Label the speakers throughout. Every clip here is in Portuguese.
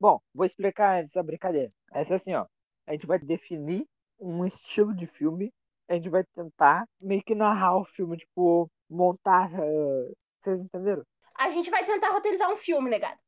Speaker 1: Bom, vou explicar essa brincadeira. Essa é assim, ó. A gente vai definir um estilo de filme. A gente vai tentar meio que narrar o filme, tipo, montar. ah, Vocês entenderam?
Speaker 2: A gente vai tentar roteirizar um filme, negado.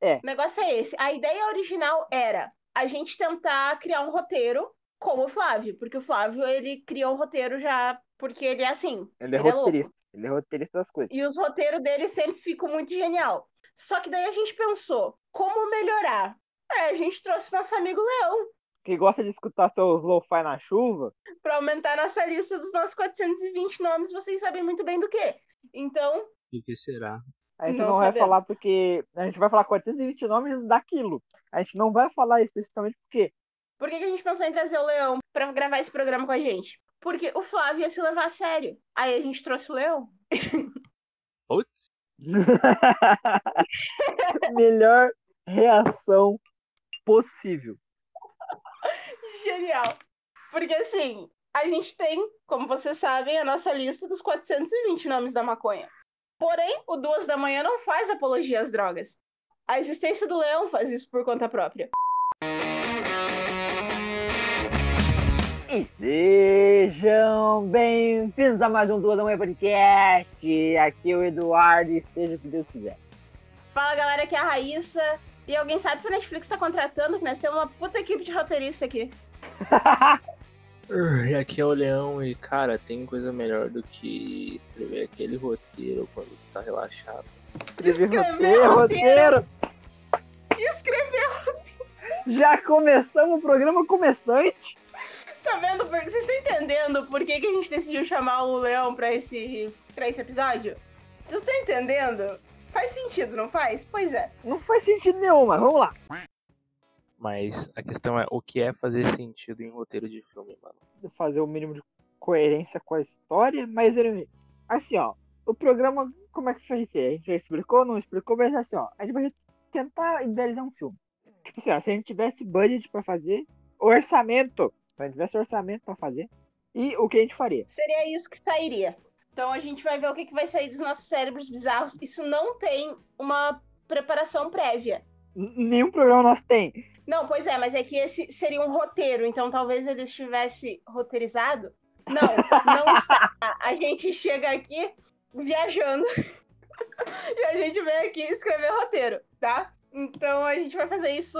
Speaker 1: É.
Speaker 2: O negócio é esse. A ideia original era a gente tentar criar um roteiro como o Flávio, porque o Flávio ele criou um roteiro já porque ele é assim.
Speaker 1: Ele é
Speaker 2: Ele é
Speaker 1: roteirista. Ele é roteirista das coisas.
Speaker 2: E os roteiros dele sempre ficam muito genial. Só que daí a gente pensou, como melhorar? Aí a gente trouxe nosso amigo Leão
Speaker 1: Quem gosta de escutar seus lo-fi na chuva,
Speaker 2: pra aumentar nossa lista dos nossos 420 nomes, vocês sabem muito bem do que. Então,
Speaker 3: O que será?
Speaker 1: a gente
Speaker 2: Não
Speaker 1: não, vai
Speaker 2: sabemos.
Speaker 1: falar porque. A gente vai falar 420 nomes daquilo. A gente não vai falar especificamente porque.
Speaker 2: por que, que a gente pensou em trazer o Leão pra gravar esse programa com a gente? Porque o Flávio ia se levar a sério. Aí a gente trouxe o Leão.
Speaker 3: Putz,
Speaker 1: é Melhor reação possível.
Speaker 2: Genial. Porque assim, a gente tem, como vocês sabem, a nossa lista dos 420 nomes da maconha. Porém, o Duas da Manhã não faz apologia às drogas. A existência do leão faz isso por conta própria.
Speaker 1: Sejam bem-vindos a mais um Duas da Manhã Podcast. Aqui é o Eduardo e seja o que Deus quiser.
Speaker 2: Fala galera, aqui é a Raíssa. E alguém sabe se a Netflix tá contratando, que nós temos uma puta equipe de roteirista aqui.
Speaker 3: Urgh, aqui é o Leão e, cara, tem coisa melhor do que escrever aquele roteiro quando você tá relaxado.
Speaker 2: Escrever
Speaker 1: roteiro,
Speaker 2: roteiro.
Speaker 1: roteiro.
Speaker 2: Escrever,
Speaker 1: Já começamos o programa começante.
Speaker 2: tá vendo? Por- Vocês estão entendendo por que, que a gente decidiu chamar o leão pra esse, pra esse episódio? Vocês estão entendendo? Faz sentido, não faz? Pois é.
Speaker 1: Não faz sentido nenhum, mas vamos lá.
Speaker 3: Mas a questão é o que é fazer sentido em roteiro de filme, mano.
Speaker 1: fazer o mínimo de coerência com a história, mas ele- assim, ó, o programa, como é que vai ser? A gente já explicou, não explicou, mas assim, ó, a gente vai tentar idealizar um filme.
Speaker 2: Hum.
Speaker 1: Tipo assim, ó, se a gente tivesse budget pra fazer, orçamento, se a gente tivesse orçamento pra fazer, e o que a gente faria?
Speaker 2: Seria isso que sairia. Então a gente vai ver o que, que vai sair dos nossos cérebros bizarros. Isso não tem uma preparação prévia.
Speaker 1: N- Nenhum programa nosso tem.
Speaker 2: Não, pois é, mas é que esse seria um roteiro, então talvez ele estivesse roteirizado. Não, não está. A gente chega aqui viajando e a gente vem aqui escrever roteiro, tá? Então a gente vai fazer isso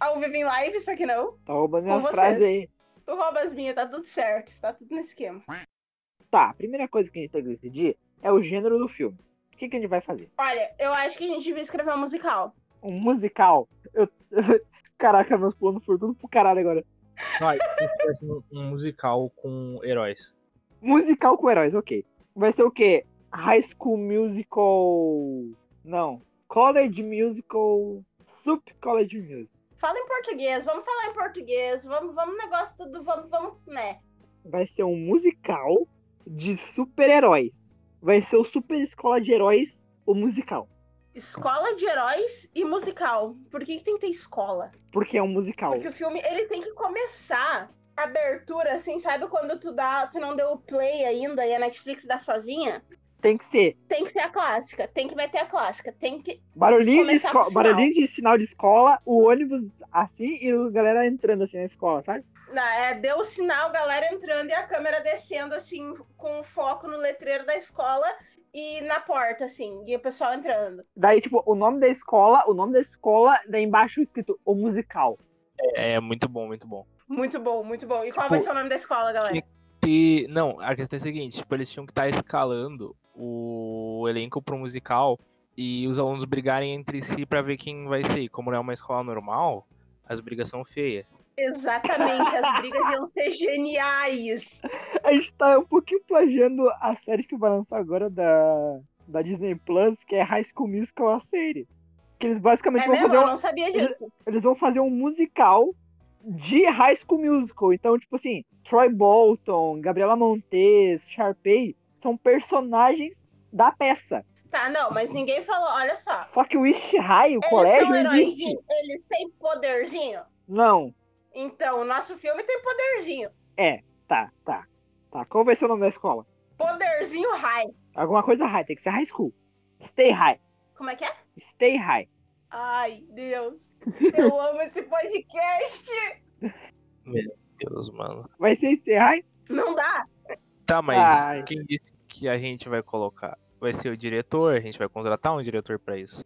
Speaker 2: ao vivo em live, só que não.
Speaker 1: Tá roubando
Speaker 2: Com
Speaker 1: minhas
Speaker 2: vocês.
Speaker 1: frases aí.
Speaker 2: Tu rouba as minhas, tá tudo certo, tá tudo no esquema.
Speaker 1: Tá, a primeira coisa que a gente tem que decidir é o gênero do filme. O que, que a gente vai fazer?
Speaker 2: Olha, eu acho que a gente devia escrever um musical.
Speaker 1: Um musical? Eu... Caraca, meus planos foram tudo pro caralho agora.
Speaker 3: Ai, um, um musical com heróis.
Speaker 1: Musical com heróis, ok. Vai ser o quê? High School Musical. Não. College Musical. Sup College Musical.
Speaker 2: Fala em português, vamos falar em português, vamos, vamos um negócio tudo, vamos, vamos, né?
Speaker 1: Vai ser um musical de super-heróis. Vai ser o Super Escola de Heróis, o musical.
Speaker 2: Escola de heróis e musical. Por que, que tem que ter escola?
Speaker 1: Porque é um musical.
Speaker 2: Porque o filme, ele tem que começar a abertura, assim, sabe quando tu dá, tu não deu o play ainda e a Netflix dá sozinha?
Speaker 1: Tem que ser
Speaker 2: Tem que ser a clássica, tem que meter a clássica, tem que...
Speaker 1: barulhinho de,
Speaker 2: Começar
Speaker 1: esco...
Speaker 2: com sinal.
Speaker 1: barulhinho de sinal de escola, o ônibus assim e a galera entrando assim na escola, sabe?
Speaker 2: Não, é, deu o sinal, galera entrando e a câmera descendo, assim, com o foco no letreiro da escola e na porta, assim, e o pessoal entrando.
Speaker 1: Daí, tipo, o nome da escola, o nome da escola, daí embaixo escrito o musical.
Speaker 3: É, é muito bom, muito bom.
Speaker 2: Muito bom, muito bom. E qual vai
Speaker 3: Tipo,
Speaker 2: ser o nome da escola, galera?
Speaker 3: E, não, a questão é a seguinte, tipo, eles tinham que estar escalando o elenco pro musical e os alunos brigarem entre si pra ver quem vai ser. Como não é uma escola normal, as brigas são feias.
Speaker 2: Exatamente, as brigas iam ser geniais.
Speaker 1: A gente tá um pouquinho plagiando a série que vai lançar agora da, da Disney Plus, que é High School Musical, a série. Que eles basicamente
Speaker 2: É
Speaker 1: vão
Speaker 2: mesmo?
Speaker 1: fazer
Speaker 2: Eu
Speaker 1: um,
Speaker 2: não sabia disso.
Speaker 1: eles vão fazer um musical de High School Musical. Então, tipo assim, Troy Bolton, Gabriela Montes, Sharpay são personagens da peça.
Speaker 2: Tá, não, mas ninguém falou, olha só.
Speaker 1: Só que o East High, o
Speaker 2: eles
Speaker 1: colégio,
Speaker 2: são
Speaker 1: existe.
Speaker 2: heróizinho, eles têm poderzinho.
Speaker 1: Não.
Speaker 2: Então, o nosso filme tem poderzinho.
Speaker 1: Tá, tá. Tá. Qual vai ser o nome da escola?
Speaker 2: Poderzinho high.
Speaker 1: Alguma coisa high, tem que ser high school. Stay high.
Speaker 2: Como é que é?
Speaker 1: Stay high.
Speaker 2: Ai, Deus. Eu amo esse podcast.
Speaker 3: Meu Deus, mano.
Speaker 1: Vai ser encerrar?
Speaker 2: Não dá.
Speaker 3: Tá, mas
Speaker 1: Ai.
Speaker 3: quem disse que a gente vai colocar? Vai ser o diretor? A gente vai contratar um diretor pra isso?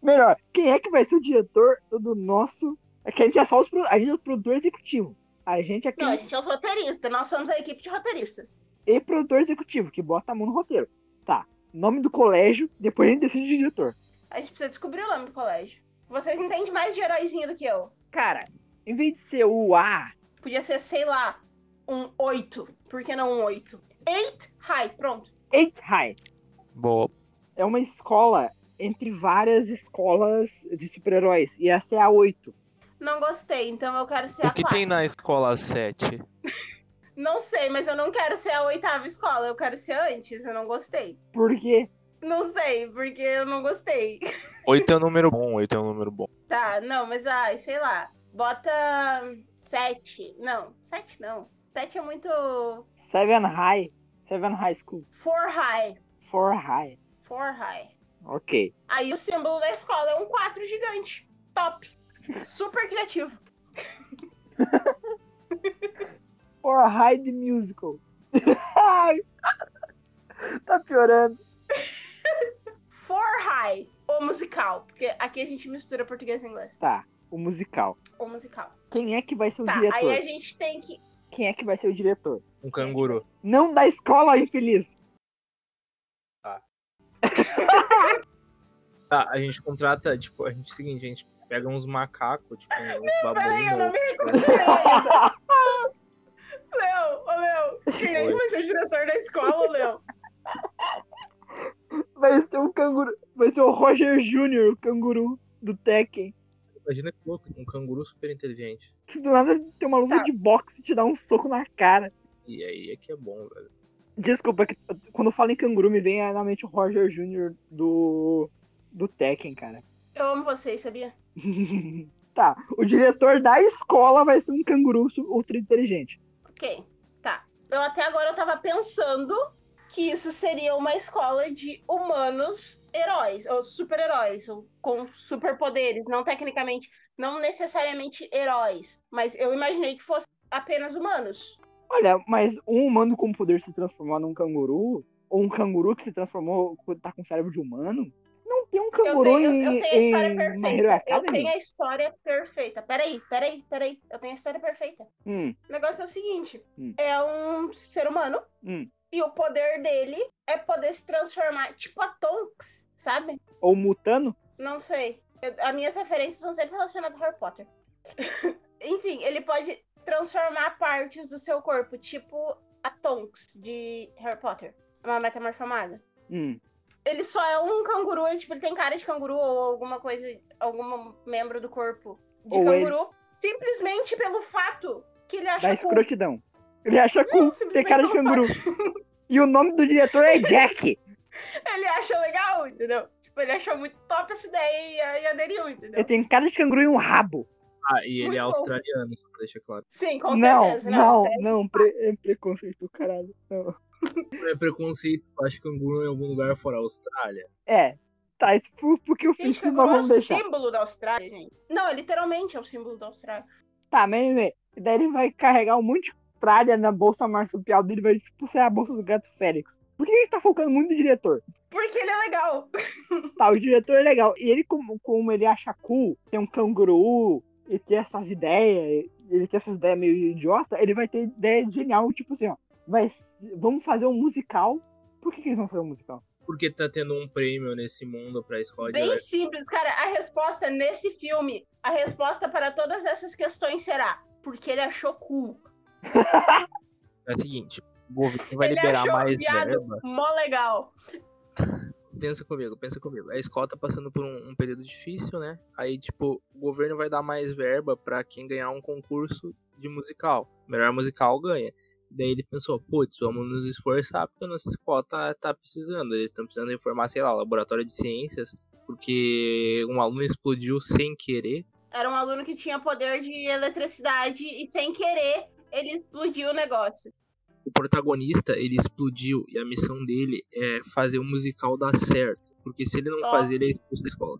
Speaker 1: Melhor, quem é que vai ser o diretor do nosso. É que a gente é só os, pro- a gente é o produtor executivo. A gente é
Speaker 2: Não, a
Speaker 1: aquele
Speaker 2: gente é os roteiristas. Nós somos a equipe de roteiristas.
Speaker 1: e produtor executivo, que bota a mão no roteiro. Tá. Nome do colégio, depois a gente decide o diretor.
Speaker 2: A gente precisa descobrir o nome do colégio. Vocês entendem mais de heróizinho do que eu.
Speaker 1: Cara, em vez de ser o A,
Speaker 2: Podia ser, sei lá, um 8. Por que não um 8? 8 high, pronto.
Speaker 1: Eight High
Speaker 3: Boa.
Speaker 1: é uma escola entre várias escolas de super-heróis. E essa é a 8.
Speaker 2: Não gostei, então eu quero ser
Speaker 3: O
Speaker 2: a
Speaker 3: que
Speaker 2: quarta.
Speaker 3: tem na escola 7?
Speaker 2: Não sei, mas eu não quero ser a oitava escola, eu quero ser antes, eu não gostei.
Speaker 1: Porque
Speaker 2: Não sei, porque eu não gostei.
Speaker 3: 8 é um número bom, 8 é um número bom.
Speaker 2: Tá, não, mas ai, sei lá. Bota sete. Não, sete não. Sete é muito.
Speaker 1: Seven High. Seven High School.
Speaker 2: Four high.
Speaker 1: Four High.
Speaker 2: Four high.
Speaker 1: Ok.
Speaker 2: Aí o símbolo da escola é um 4 gigante. Top. Super criativo.
Speaker 1: Four High The Musical. Ai, tá piorando.
Speaker 2: For High, ou musical. Porque aqui a gente mistura português e inglês.
Speaker 1: Tá, o musical.
Speaker 2: Ou musical.
Speaker 1: Quem é que vai ser o
Speaker 2: Tá, aí
Speaker 1: diretor?
Speaker 2: a gente tem que.
Speaker 1: Quem é que vai ser o diretor?
Speaker 3: Um canguru.
Speaker 1: Não da escola, infeliz.
Speaker 3: Tá, a gente contrata, tipo, a gente é o seguinte, a gente pega uns macacos, tipo, uns
Speaker 1: Tá
Speaker 3: tipo,
Speaker 2: Peraí,
Speaker 1: né?
Speaker 2: eu não
Speaker 3: babuínos.
Speaker 2: me recuperei ainda. Léo, ô Léo, quem é que
Speaker 3: Oi.
Speaker 2: vai ser o diretor da escola, Léo?
Speaker 1: Vai ser o canguru. Vai ser o Roger Jr., o canguru do Tekken.
Speaker 3: Imagina que louco, um canguru super inteligente.
Speaker 1: Que do nada tem uma luva
Speaker 2: Tá.
Speaker 1: de boxe e te dá um soco na cara.
Speaker 3: E aí é que é bom, velho.
Speaker 1: Desculpa, que quando eu falo em canguru, me vem na mente o Roger Jr. do. do Tekken, cara.
Speaker 2: Eu amo vocês, sabia?
Speaker 1: tá, o diretor da escola vai ser um canguru su- ultra inteligente.
Speaker 2: Ok, tá. Eu até agora eu tava pensando que isso seria uma escola de humanos heróis, ou super-heróis, ou com superpoderes, não tecnicamente, não necessariamente heróis, mas eu imaginei que fosse apenas humanos.
Speaker 1: Olha, mas um humano com poder se transformar num canguru, ou um canguru que se transformou, tá com cérebro de humano, não tem um
Speaker 2: Eu
Speaker 1: canguru
Speaker 2: tenho, eu- eu
Speaker 1: em,
Speaker 2: tenho a história
Speaker 1: em My Hero
Speaker 2: perfeita. Eu
Speaker 1: Academy?
Speaker 2: tenho a história perfeita. Peraí, peraí, peraí. Eu tenho a história perfeita.
Speaker 1: Hum,
Speaker 2: O negócio é o seguinte:
Speaker 1: Hum.
Speaker 2: é um ser humano
Speaker 1: hum.
Speaker 2: e o poder dele é poder se transformar, tipo a Tonks, sabe?
Speaker 1: Ou um mutano?
Speaker 2: Não sei. Eu- as minhas referências são sempre relacionadas a Harry Potter. Enfim, ele pode transformar partes do seu corpo, tipo a Tonks de Harry Potter. É Uma metamorfomada.
Speaker 1: Hum.
Speaker 2: Ele só é um canguru, ele, tipo, ele tem cara de canguru ou alguma coisa, algum membro do corpo de
Speaker 1: Ou ele-
Speaker 2: canguru, simplesmente pelo fato que ele acha Hum,
Speaker 1: Da
Speaker 2: cool.
Speaker 1: escrotidão. Ele acha cool ter
Speaker 2: simplesmente
Speaker 1: cara de
Speaker 2: não
Speaker 1: canguru. E o nome do diretor é Jack.
Speaker 2: Ele acha legal, entendeu? Tipo, ele achou muito top essa ideia e, e aderiu,
Speaker 1: Ele
Speaker 2: entendeu?
Speaker 1: tem cara de canguru e um rabo.
Speaker 3: Ah, e ele
Speaker 2: Muito
Speaker 3: é
Speaker 2: bom.
Speaker 3: australiano, só pra deixar claro.
Speaker 2: Sim, com
Speaker 1: não,
Speaker 2: certeza. né?
Speaker 1: não,
Speaker 2: Não, sério.
Speaker 1: não, pre- é preconceito, caralho. Não.
Speaker 3: Não é preconceito, eu acho canguru em algum lugar fora a Austrália.
Speaker 1: É, tá, isso foi porque eu fiz,
Speaker 2: Gente,
Speaker 1: nós
Speaker 2: canguru é
Speaker 1: vamos
Speaker 2: um
Speaker 1: deixar.
Speaker 2: símbolo da Austrália, gente. Não, é literalmente é o símbolo da Austrália.
Speaker 1: Tá, mas anyway, daí ele vai carregar um monte de tralha na bolsa marsupial dele, vai tipo ser a bolsa do gato Félix. Por que a gente tá focando muito no diretor?
Speaker 2: Porque ele é legal.
Speaker 1: Tá, o diretor é legal. E ele, como, como ele acha cool, tem um canguru, e tem essas ideias, ele tem essas ideias meio idiota, ele vai ter ideia genial, tipo assim, ó. Vai, vamos fazer um musical. Por que, que eles vão fazer um musical?
Speaker 3: Porque tá tendo um prêmio nesse mundo pra escola de
Speaker 2: Bem
Speaker 3: heróis.
Speaker 2: simples, cara. A resposta nesse filme, a resposta para todas essas questões será porque ele achou cool.
Speaker 3: É o seguinte, o governo vai
Speaker 2: Ele
Speaker 3: liberar
Speaker 2: achou
Speaker 3: mais
Speaker 2: viado.
Speaker 3: verba.
Speaker 2: Mó legal.
Speaker 3: Pensa comigo, pensa comigo. A escola tá passando por um, um período difícil, né? Aí, tipo, o governo vai dar mais verba pra quem ganhar um concurso de musical. O melhor musical ganha. Daí ele pensou, putz, vamos nos esforçar porque a nossa escola tá, tá precisando. Eles estão precisando reformar, sei lá, o laboratório de ciências, porque um aluno explodiu sem querer.
Speaker 2: Era um aluno que tinha poder de eletricidade e sem querer ele explodiu o negócio.
Speaker 3: O protagonista, ele explodiu e a missão dele é fazer o musical dar certo. Porque se ele não
Speaker 2: Top.
Speaker 3: fazer, ele é expulso da escola.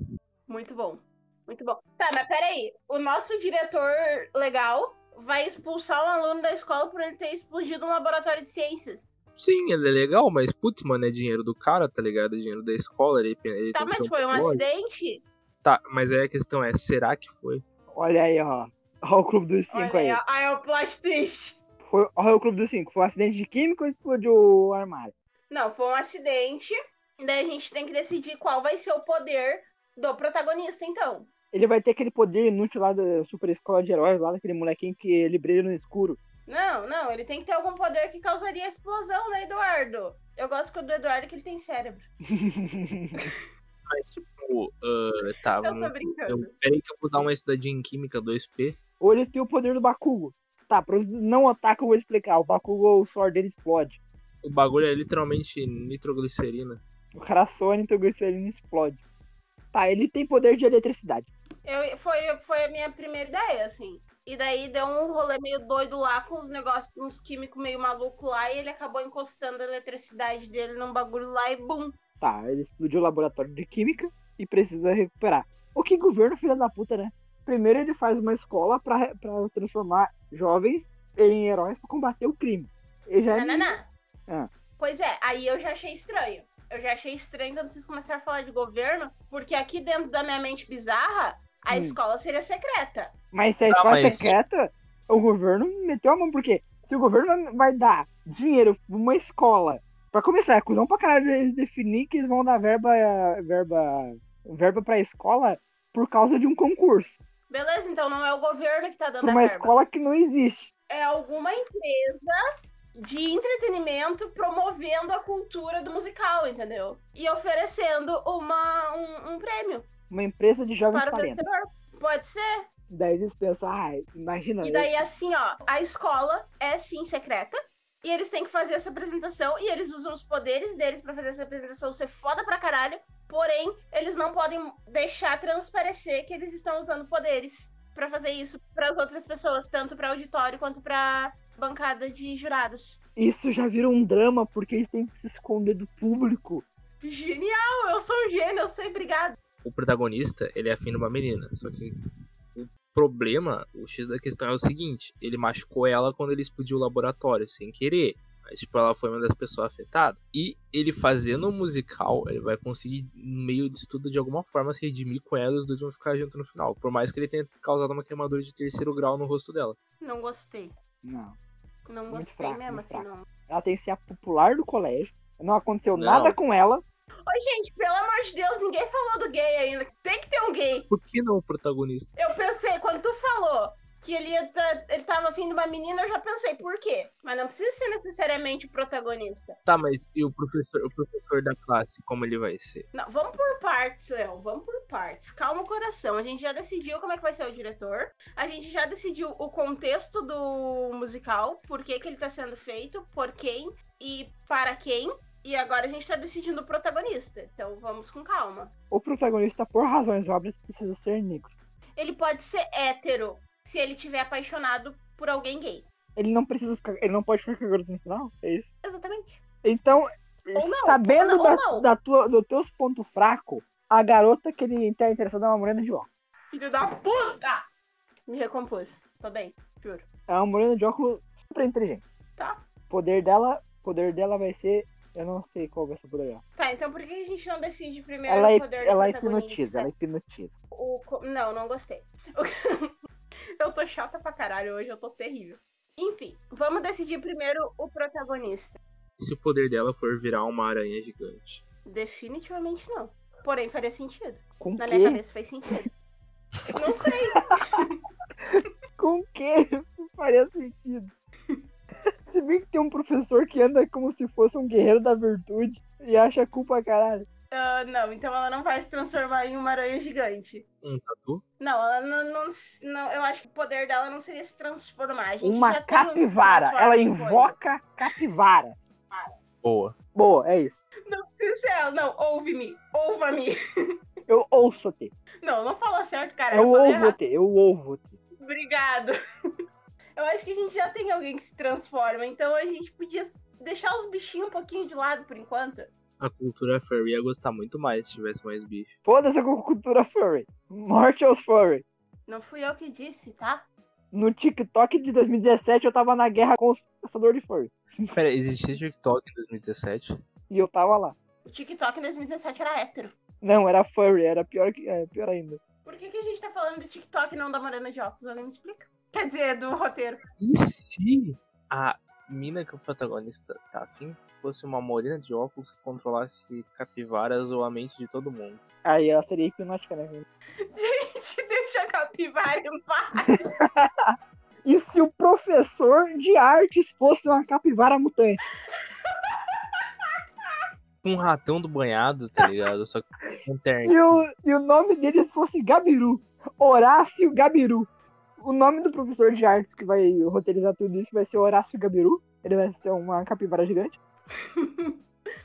Speaker 2: Muito bom. Muito bom. Tá, mas peraí. O nosso diretor legal vai expulsar um aluno da escola por ele ter explodido um laboratório de ciências.
Speaker 3: Sim, ele é legal, mas putz, mano, é dinheiro do cara, tá ligado? É dinheiro da escola. Ele, ele
Speaker 2: Tá,
Speaker 3: tem que ser
Speaker 2: mas foi um
Speaker 3: psicólogo.
Speaker 2: acidente?
Speaker 3: Tá, mas aí a questão é, será que foi?
Speaker 1: Olha aí, ó. Olha o clube dos cinco
Speaker 2: Olha
Speaker 1: aí.
Speaker 2: aí, ó. Aí é o plot twist.
Speaker 1: Foi, olha o clube dos cinco. Foi um acidente de químico ou explodiu o armário?
Speaker 2: Não, foi um acidente. Daí a gente tem que decidir qual vai ser o poder do protagonista, então.
Speaker 1: Ele vai ter aquele poder inútil lá da super escola de heróis, lá daquele molequinho que ele brilha no escuro.
Speaker 2: Não, não, ele tem que ter algum poder que causaria explosão, né, Eduardo? Eu gosto do Eduardo que ele tem cérebro.
Speaker 3: Mas, tipo, ah, tá,
Speaker 2: Eu tô
Speaker 3: vamos... Eu,
Speaker 2: brincando.
Speaker 3: peraí que eu vou dar uma estudadinha em Química 2P.
Speaker 1: ou ele tem o poder do Bakugo. Tá, pra os não ataque eu vou explicar. O Bakugo, o sword dele explode.
Speaker 3: O bagulho é literalmente nitroglicerina.
Speaker 1: O cara Sony, então ele explode. Tá, ele tem poder de eletricidade.
Speaker 2: Eu, foi, foi a minha primeira ideia, assim. E daí deu um rolê meio doido lá com uns negócios, uns químicos meio maluco lá, e ele acabou encostando a eletricidade dele num bagulho lá e bum.
Speaker 1: Tá, ele explodiu o laboratório de química e precisa recuperar. O que governo, filha da puta, né? Primeiro ele faz uma escola pra, re- pra transformar jovens em heróis pra combater o crime. Ele já é menino.
Speaker 2: Nananá.
Speaker 1: Ah.
Speaker 2: Pois é, aí eu já achei estranho. Eu já achei estranho quando vocês começaram a falar de governo, porque aqui dentro da minha mente bizarra, a
Speaker 1: Hum.
Speaker 2: escola seria secreta.
Speaker 1: Mas se a
Speaker 3: Tá,
Speaker 1: escola é
Speaker 3: mas-
Speaker 1: secreta, o governo meteu a mão, porque se o governo vai dar dinheiro pra uma escola, pra começar, é cuzão pra caralho eles definir que eles vão dar verba, verba, verba pra escola por causa de um concurso,
Speaker 2: Beleza, então não é o governo que tá dando
Speaker 1: pra
Speaker 2: a
Speaker 1: uma
Speaker 2: verba.
Speaker 1: escola que não existe.
Speaker 2: É alguma empresa de entretenimento promovendo a cultura do musical, entendeu? E oferecendo uma, um, um prêmio
Speaker 1: Uma empresa de jovens
Speaker 2: para o
Speaker 1: talentos.
Speaker 2: vencedor. Pode ser.
Speaker 1: Daí eles pensam, ah, imagina,
Speaker 2: E daí, assim, ó, a escola é sim secreta. E eles têm que fazer essa apresentação. E eles usam os poderes deles pra fazer essa apresentação ser foda pra caralho. Porém, eles não podem deixar transparecer que eles estão usando poderes pra fazer isso pras outras pessoas, tanto pra auditório quanto pra bancada de jurados.
Speaker 1: isso já vira um drama, porque eles têm que se esconder do público.
Speaker 2: Genial! Eu sou um gênio, eu sei, obrigado.
Speaker 3: O protagonista, ele é afim de uma menina. Só que o problema, o X da questão é o seguinte: ele machucou ela quando ele explodiu o laboratório, sem querer. Mas, tipo, ela foi uma das pessoas afetadas. E ele fazendo um musical, ele vai conseguir, no meio disso tudo, de alguma forma, se redimir com ela e os dois vão ficar juntos no final. Por mais que ele tenha causado uma queimadura de terceiro grau no rosto dela.
Speaker 2: Não gostei.
Speaker 1: Não.
Speaker 2: Não
Speaker 1: Muito
Speaker 2: gostei
Speaker 1: fraco,
Speaker 2: mesmo,
Speaker 1: muito
Speaker 2: assim, não.
Speaker 1: Ela tem que ser a popular do colégio. Não aconteceu
Speaker 3: Não.
Speaker 1: nada com ela.
Speaker 2: Ô, gente, pelo amor de Deus, ninguém falou do gay ainda. Tem que ter um gay.
Speaker 3: Por que não o protagonista?
Speaker 2: Eu pensei, quando tu falou que ele, ia tá- ele tava afim de uma menina, eu já pensei, por quê? Mas não precisa ser necessariamente o protagonista.
Speaker 3: Tá, mas e o professor, o professor da classe, como ele vai ser?
Speaker 2: Não, vamos por partes, Léo. Vamos por partes. Calma o coração. A gente já decidiu como é que vai ser o diretor. A gente já decidiu o contexto do musical, por que, que ele tá sendo feito, por quem e para quem. E agora a gente tá decidindo o protagonista. Então vamos com calma.
Speaker 1: O protagonista, por razões óbvias, precisa ser negro.
Speaker 2: Ele pode ser hétero se ele tiver apaixonado por alguém gay.
Speaker 1: Ele não precisa ficar. Ele não pode ficar com a garota no final? É isso?
Speaker 2: Exatamente.
Speaker 1: Então,
Speaker 2: não,
Speaker 1: sabendo
Speaker 2: ou não,
Speaker 1: da,
Speaker 2: ou não.
Speaker 1: da tua, do teus pontos fracos, a garota que ele tá interessado é uma morena de óculos.
Speaker 2: Filho da puta! Me recompus. Tô bem, juro.
Speaker 1: É uma morena de óculos super inteligente.
Speaker 2: Tá.
Speaker 1: O poder dela, o poder dela vai ser. Eu não sei qual vai ser o poder dela.
Speaker 2: Tá, então por que a gente não decide primeiro
Speaker 1: Ela,
Speaker 2: o
Speaker 1: hip-
Speaker 2: poder do
Speaker 1: ela é
Speaker 2: protagonista?
Speaker 1: hipnotiza, ela é hipnotiza.
Speaker 2: O co- Não, não gostei. eu tô chata pra caralho hoje, eu tô terrível. Enfim, vamos decidir primeiro o protagonista.
Speaker 3: E se o poder dela for virar uma aranha gigante?
Speaker 2: Definitivamente não. Porém, faria sentido.
Speaker 1: Com
Speaker 2: Na minha
Speaker 1: que?
Speaker 2: cabeça faz sentido. Não sei.
Speaker 1: Com que isso faria sentido? se bem que tem um professor que anda como se fosse um guerreiro da virtude e acha culpa caralho.
Speaker 2: Ah, não, então ela não vai se transformar em uma aranha gigante.
Speaker 3: Um tatu?
Speaker 2: Não, ela não, não, não- Eu acho que o poder dela não seria se transformar. A gente
Speaker 1: Uma
Speaker 2: já tem um
Speaker 1: capivara.
Speaker 2: transforma
Speaker 1: Ela
Speaker 2: em coisa.
Speaker 1: invoca capivara.
Speaker 3: Boa.
Speaker 1: Boa, é isso.
Speaker 2: Não precisa ser ela, não. Ouve-me. Ouva-me.
Speaker 1: Eu ouço-te.
Speaker 2: Não, não falou certo, cara.
Speaker 1: Eu
Speaker 2: É, falei errado.
Speaker 1: ouvo-te. Eu ouvo-te.
Speaker 2: Obrigado. Eu acho que a gente já tem alguém que se transforma, então a gente podia deixar os bichinhos um pouquinho de lado por enquanto.
Speaker 3: a cultura furry ia gostar muito mais se tivesse mais bicho.
Speaker 1: Foda-se com cultura furry. Morte aos furry.
Speaker 2: Não fui eu que disse, tá?
Speaker 1: No TikTok de 2017 eu tava na guerra com os caçadores de furry.
Speaker 3: Pera, existia TikTok em 2017?
Speaker 1: E eu tava lá.
Speaker 2: O TikTok em 2017 era hétero.
Speaker 1: Não, era furry, era pior, que, é, pior ainda.
Speaker 2: Por que, que a gente tá falando do TikTok e não da Morena de Óculos? Alguém me explica? Quer dizer, do roteiro.
Speaker 3: E se a mina que é o protagonista tá afim fosse uma morena de óculos que controlasse capivaras ou a mente de todo mundo?
Speaker 1: Aí ela seria hipnótica, né? gente?
Speaker 2: Gente, deixa a capivara em paz.
Speaker 1: E se o professor de artes fosse uma capivara mutante?
Speaker 3: Um ratão do banhado, tá ligado? Só que com um terno.
Speaker 1: E o, e o nome deles fosse Gabiru. Horácio Gabiru. O nome do professor de artes que vai roteirizar tudo isso vai ser Horácio Gabiru. Ele vai ser uma capivara gigante.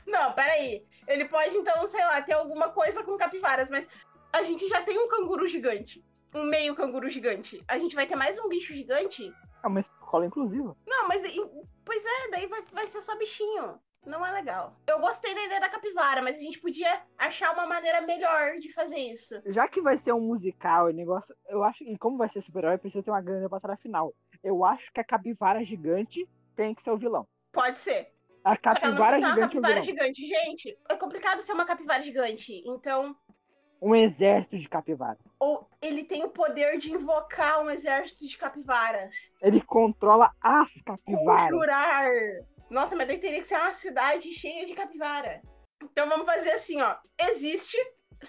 Speaker 2: Não, peraí. Ele pode, então, sei lá, ter alguma coisa com capivaras, mas a gente já tem um canguru gigante. Um meio canguru gigante. A gente vai ter mais um bicho gigante?
Speaker 1: É uma escola inclusiva.
Speaker 2: Não, mas. e- Pois é, daí vai, vai ser só bichinho. Não é legal. Eu gostei da ideia da capivara, mas a gente podia achar uma maneira melhor de fazer isso.
Speaker 1: Já que vai ser um musical, e negócio. Eu acho que, como vai ser super-herói, precisa ter uma grande batalha final. Eu acho que a capivara gigante tem que ser o vilão.
Speaker 2: Pode ser.
Speaker 1: A
Speaker 2: Só que ela não
Speaker 1: capivara
Speaker 2: precisa
Speaker 1: gigante
Speaker 2: ser uma
Speaker 1: é o
Speaker 2: capivara
Speaker 1: vilão.
Speaker 2: gigante, gente. É complicado ser uma capivara gigante. Então,
Speaker 1: Um exército de capivaras.
Speaker 2: ou ele tem o poder de invocar um exército de capivaras.
Speaker 1: Ele controla as capivaras.
Speaker 2: Conjurar. Nossa, mas daí teria que ser uma cidade cheia de capivara. Então vamos fazer assim, ó. Existe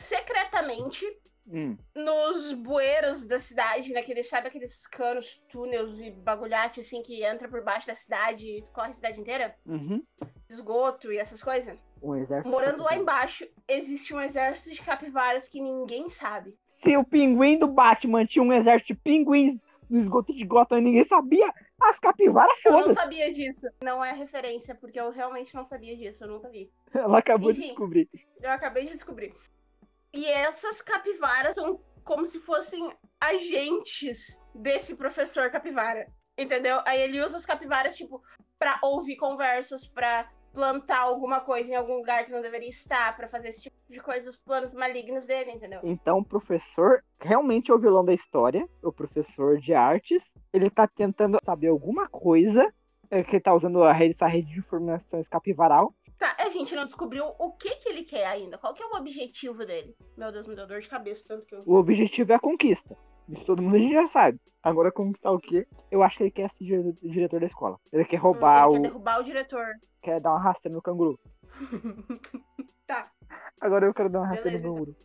Speaker 2: secretamente
Speaker 1: Hum.
Speaker 2: nos bueiros da cidade, né, naqueles, sabe, aqueles canos, túneis e bagulhate assim que entra por baixo da cidade e corre a cidade inteira?
Speaker 1: Uhum.
Speaker 2: Esgoto e essas coisas.
Speaker 1: Um exército. de
Speaker 2: Morando lá
Speaker 1: capivaras.
Speaker 2: embaixo, existe um exército de capivaras que ninguém sabe.
Speaker 1: Se o pinguim do Batman tinha um exército de pinguins no esgoto de Gotham e ninguém sabia, as capivaras,
Speaker 2: Eu não
Speaker 1: foda-se.
Speaker 2: sabia disso. Não é referência, porque eu realmente não sabia disso, eu nunca vi.
Speaker 1: Ela acabou de
Speaker 2: Enfim.
Speaker 1: descobrir.
Speaker 2: Eu acabei de descobrir. E essas capivaras são como se fossem agentes desse professor capivara. Entendeu? Aí ele usa as capivaras, tipo, pra ouvir conversas, pra plantar alguma coisa em algum lugar que não deveria estar, pra fazer esse tipo de coisa, os planos malignos dele, entendeu?
Speaker 1: Então, o professor realmente é o vilão da história, o professor de artes. Ele tá tentando saber alguma coisa, é, que ele tá usando a rede, essa rede de informações capivaral.
Speaker 2: Tá, a gente não descobriu o que que ele quer ainda. Qual que é o objetivo dele? Meu Deus, me deu dor de cabeça, tanto que eu.
Speaker 1: O objetivo é a conquista. Isso todo mundo a gente já sabe. Agora, conquistar o quê? Eu acho que ele quer ser dire- diretor da escola. Ele quer roubar
Speaker 2: Hum, Ele
Speaker 1: o.
Speaker 2: quer derrubar o diretor.
Speaker 1: Quer dar uma rasteira no canguru.
Speaker 2: Tá.
Speaker 1: Agora eu quero dar uma rasteira
Speaker 2: Beleza,
Speaker 1: no muro.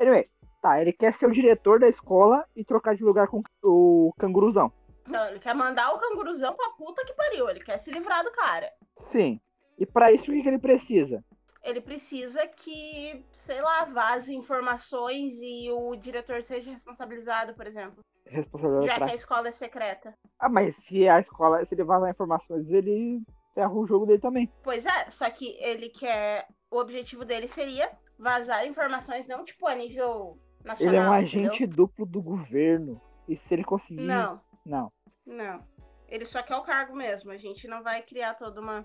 Speaker 1: Anyway, tá, ele quer ser o diretor da escola e trocar de lugar com o canguruzão.
Speaker 2: Não, ele quer mandar o canguruzão pra puta que pariu. Ele quer se livrar do cara.
Speaker 1: Sim. E pra isso, o que, que ele precisa?
Speaker 2: Ele precisa que, sei lá, vaze informações e o diretor seja responsabilizado, por exemplo.
Speaker 1: Responsabilidade
Speaker 2: Já
Speaker 1: pra...
Speaker 2: que a escola é secreta.
Speaker 1: Ah, mas se a escola, se ele vazar informações, ele ferra o jogo dele também.
Speaker 2: Pois é, só que ele quer. O objetivo dele seria vazar informações, não tipo a nível nacional.
Speaker 1: ele é um
Speaker 2: entendeu?
Speaker 1: agente duplo do governo. E se ele conseguir.
Speaker 2: Não,
Speaker 1: Não.
Speaker 2: não. Ele só quer o cargo mesmo. A gente não vai criar toda uma.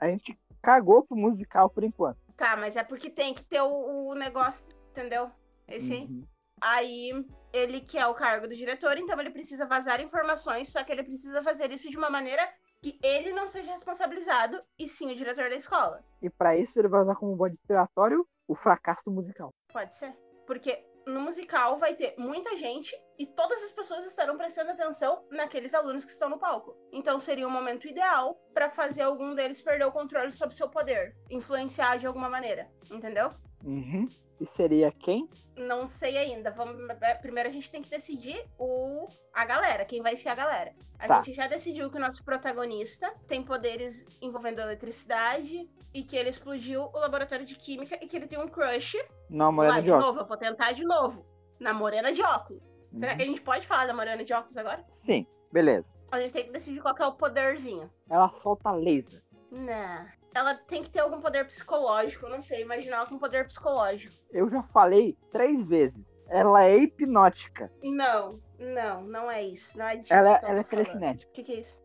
Speaker 1: A gente cagou pro musical por enquanto.
Speaker 2: Tá, mas é porque tem que ter o, o negócio, entendeu? Esse.
Speaker 1: Uhum.
Speaker 2: Aí ele quer o cargo do diretor, então ele precisa vazar informações, só que ele precisa fazer isso de uma maneira que ele não seja responsabilizado, e sim o diretor da escola.
Speaker 1: E pra isso, ele vai usar como bode inspiratório o fracasso do musical.
Speaker 2: Pode ser. Porque no musical vai ter muita gente e todas as pessoas estarão prestando atenção naqueles alunos que estão no palco. Então seria o momento ideal para fazer algum deles perder o controle sobre seu poder, influenciar de alguma maneira, entendeu?
Speaker 1: Uhum. E seria quem?
Speaker 2: Não sei ainda. Vamos, é, primeiro a gente tem que decidir o, a galera, quem vai ser a galera. A
Speaker 1: Tá.
Speaker 2: gente já decidiu que o nosso protagonista tem poderes envolvendo eletricidade e que ele explodiu o laboratório de química e que ele tem um crush.
Speaker 1: Não, a
Speaker 2: Vai,
Speaker 1: Morena
Speaker 2: de
Speaker 1: de Oca.
Speaker 2: novo, eu vou tentar de novo. Na Morena de óculos.
Speaker 1: Uhum.
Speaker 2: Será que a gente pode falar da Morena de óculos agora?
Speaker 1: Sim, beleza.
Speaker 2: A gente tem que decidir qual que é o poderzinho.
Speaker 1: Ela solta laser.
Speaker 2: Não. Ela tem que ter algum poder psicológico, eu não sei. Imaginar ela com poder psicológico.
Speaker 1: Eu já falei três vezes. Ela é hipnótica.
Speaker 2: Não, não, não é isso. Não é disso.
Speaker 1: Ela,
Speaker 2: que eu
Speaker 1: ela é
Speaker 2: tô falando.
Speaker 1: telecinética.
Speaker 2: O que, que é isso?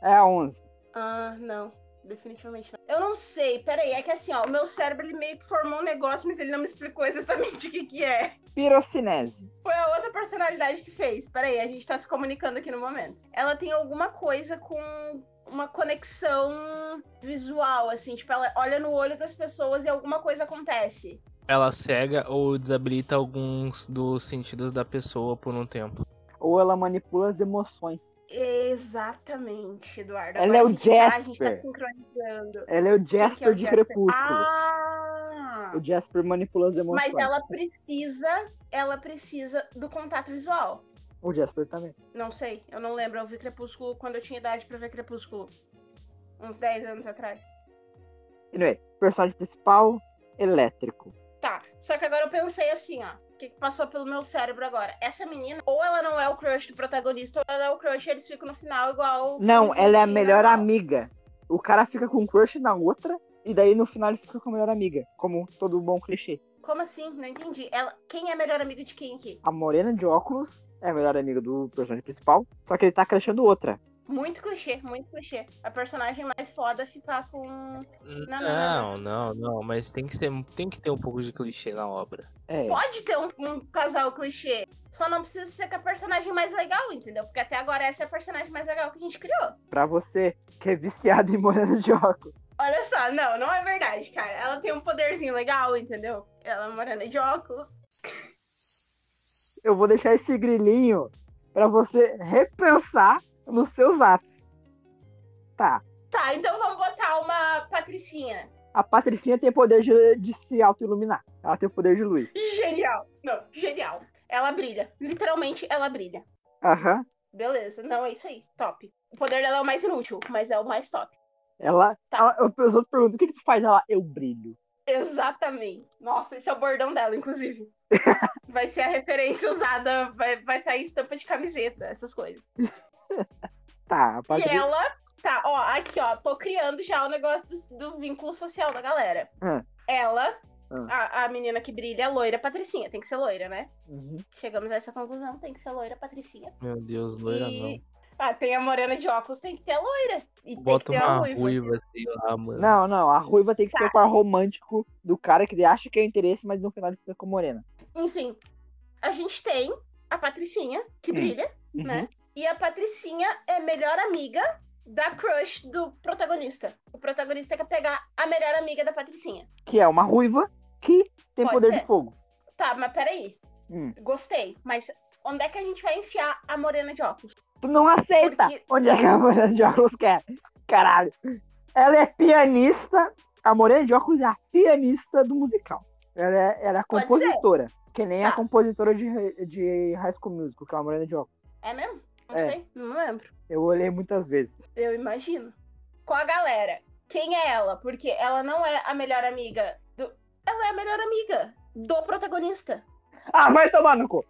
Speaker 1: É a 11.
Speaker 2: Ah, não. Definitivamente não. Eu não sei, peraí, é que assim, ó, o meu cérebro ele meio que formou um negócio, mas ele não me explicou exatamente o que que é.
Speaker 1: Pirocinese.
Speaker 2: Foi a outra personalidade que fez. Peraí, a gente tá se comunicando aqui no momento. Ela tem alguma coisa com uma conexão visual, assim, tipo, ela olha no olho das pessoas e alguma coisa acontece.
Speaker 3: Ela cega ou desabilita alguns dos sentidos da pessoa por um tempo.
Speaker 1: Ou ela manipula as emoções.
Speaker 2: Exatamente, Eduardo.
Speaker 1: Ela
Speaker 2: Agora
Speaker 1: é o
Speaker 2: a gente tá- a gente tá
Speaker 1: Jasper.
Speaker 2: sincronizando.
Speaker 1: Ela é o
Speaker 2: Quem que é
Speaker 1: Jasper
Speaker 2: o
Speaker 1: de
Speaker 2: Jasper?
Speaker 1: Crepúsculo.
Speaker 2: Ah!
Speaker 1: O Jasper manipula as emoções.
Speaker 2: Mas ela precisa, ela precisa do contato visual.
Speaker 1: O Jasper também.
Speaker 2: Não sei, eu não lembro. Eu vi Crepúsculo quando eu tinha idade pra ver Crepúsculo. Uns 10 anos atrás.
Speaker 1: Anyway, personagem principal, elétrico.
Speaker 2: Tá, só que agora eu pensei assim, ó. O que que passou pelo meu cérebro agora? Essa menina, ou ela não é o crush do protagonista, ou ela é o crush e eles ficam no final igual. o
Speaker 1: Não,
Speaker 2: filmezinho
Speaker 1: ela é a
Speaker 2: de
Speaker 1: melhor
Speaker 2: Natal.
Speaker 1: amiga. O cara fica com um crush na outra, e daí no final ele fica com a melhor amiga. Como todo bom clichê.
Speaker 2: Como assim? Não entendi. Ela... Quem é a melhor amiga de quem aqui?
Speaker 1: A morena de óculos é a melhor amiga do personagem principal, só que ele tá crushando outra.
Speaker 2: Muito clichê, muito clichê. A personagem mais foda é ficar com. não,
Speaker 3: Não, não, não, mas tem que, ser, tem que ter um pouco de clichê na obra.
Speaker 1: É.
Speaker 2: Pode ter um, um casal clichê. Só não precisa ser com a personagem mais legal, entendeu? Porque até agora essa é a personagem mais legal que a gente criou.
Speaker 1: Pra você que é viciado em morena de óculos.
Speaker 2: Olha só, não, não é verdade, cara. Ela tem um poderzinho legal, entendeu? Ela é morando de óculos.
Speaker 1: Eu vou deixar esse grilinho pra você repensar nos seus atos. Tá.
Speaker 2: Tá, então vamos botar uma patricinha.
Speaker 1: A Patricinha tem poder de, de se auto-iluminar. Ela tem o poder de luz.
Speaker 2: Genial. Não, genial. Ela brilha. Literalmente, ela brilha.
Speaker 1: Aham.
Speaker 2: Beleza, não, é isso aí. Top. O poder dela é o mais inútil, mas é o mais top.
Speaker 1: Ela,
Speaker 2: Tá.
Speaker 1: ela- Os outros perguntam: o que, que tu faz? Ela, eu brilho.
Speaker 2: Exatamente. Nossa, esse é o bordão dela, inclusive. Vai ser a referência usada, vai estar vai tá em estampa de camiseta, essas coisas.
Speaker 1: Tá, a
Speaker 2: E
Speaker 1: Patrícia.
Speaker 2: ela, tá, ó, aqui, ó, tô criando já o negócio do, do vínculo social da galera.
Speaker 1: Ah.
Speaker 2: Ela,
Speaker 1: Ah.
Speaker 2: a, a menina que brilha, a loira, Patricinha, tem que ser loira, né?
Speaker 1: Uhum.
Speaker 2: Chegamos a essa conclusão, tem que ser loira, Patricinha.
Speaker 3: Meu Deus, loira
Speaker 2: e...
Speaker 3: não.
Speaker 2: Ah, tem a morena de óculos, tem que ter a loira. E
Speaker 3: Bota
Speaker 2: tem que ter a
Speaker 3: uma
Speaker 2: ruiva.
Speaker 3: ruiva, sei lá, mano.
Speaker 1: Não, não, a ruiva tem que
Speaker 2: Tá.
Speaker 1: ser o par romântico do cara que ele acha que é interesse, mas no final ele fica com a morena.
Speaker 2: Enfim, a gente tem a Patricinha, que
Speaker 1: Hum.
Speaker 2: brilha,
Speaker 1: Uhum.
Speaker 2: né? E a Patricinha é melhor amiga da crush do protagonista. O protagonista quer pegar a melhor amiga da Patricinha.
Speaker 1: Que é uma ruiva que tem
Speaker 2: Pode
Speaker 1: poder
Speaker 2: ser.
Speaker 1: de fogo.
Speaker 2: Tá, mas peraí.
Speaker 1: Hum.
Speaker 2: Gostei, mas onde é que a gente vai enfiar a morena de óculos?
Speaker 1: Tu não aceita
Speaker 2: Porque-
Speaker 1: onde é que a morena de óculos quer. Caralho. Ela é pianista. A morena de óculos é a pianista do musical. Ela é, ela é a
Speaker 2: Pode ser.
Speaker 1: compositora. Que nem a
Speaker 2: Tá.
Speaker 1: compositora de, de High School Musical, que é a morena de óculos.
Speaker 2: É mesmo? Não
Speaker 1: É.
Speaker 2: sei, não lembro.
Speaker 1: Eu olhei muitas vezes.
Speaker 2: Eu imagino. Com a galera. Quem é ela? Porque ela não é a melhor amiga do. Ela é a melhor amiga do protagonista.
Speaker 1: Ah, vai tomar no cu.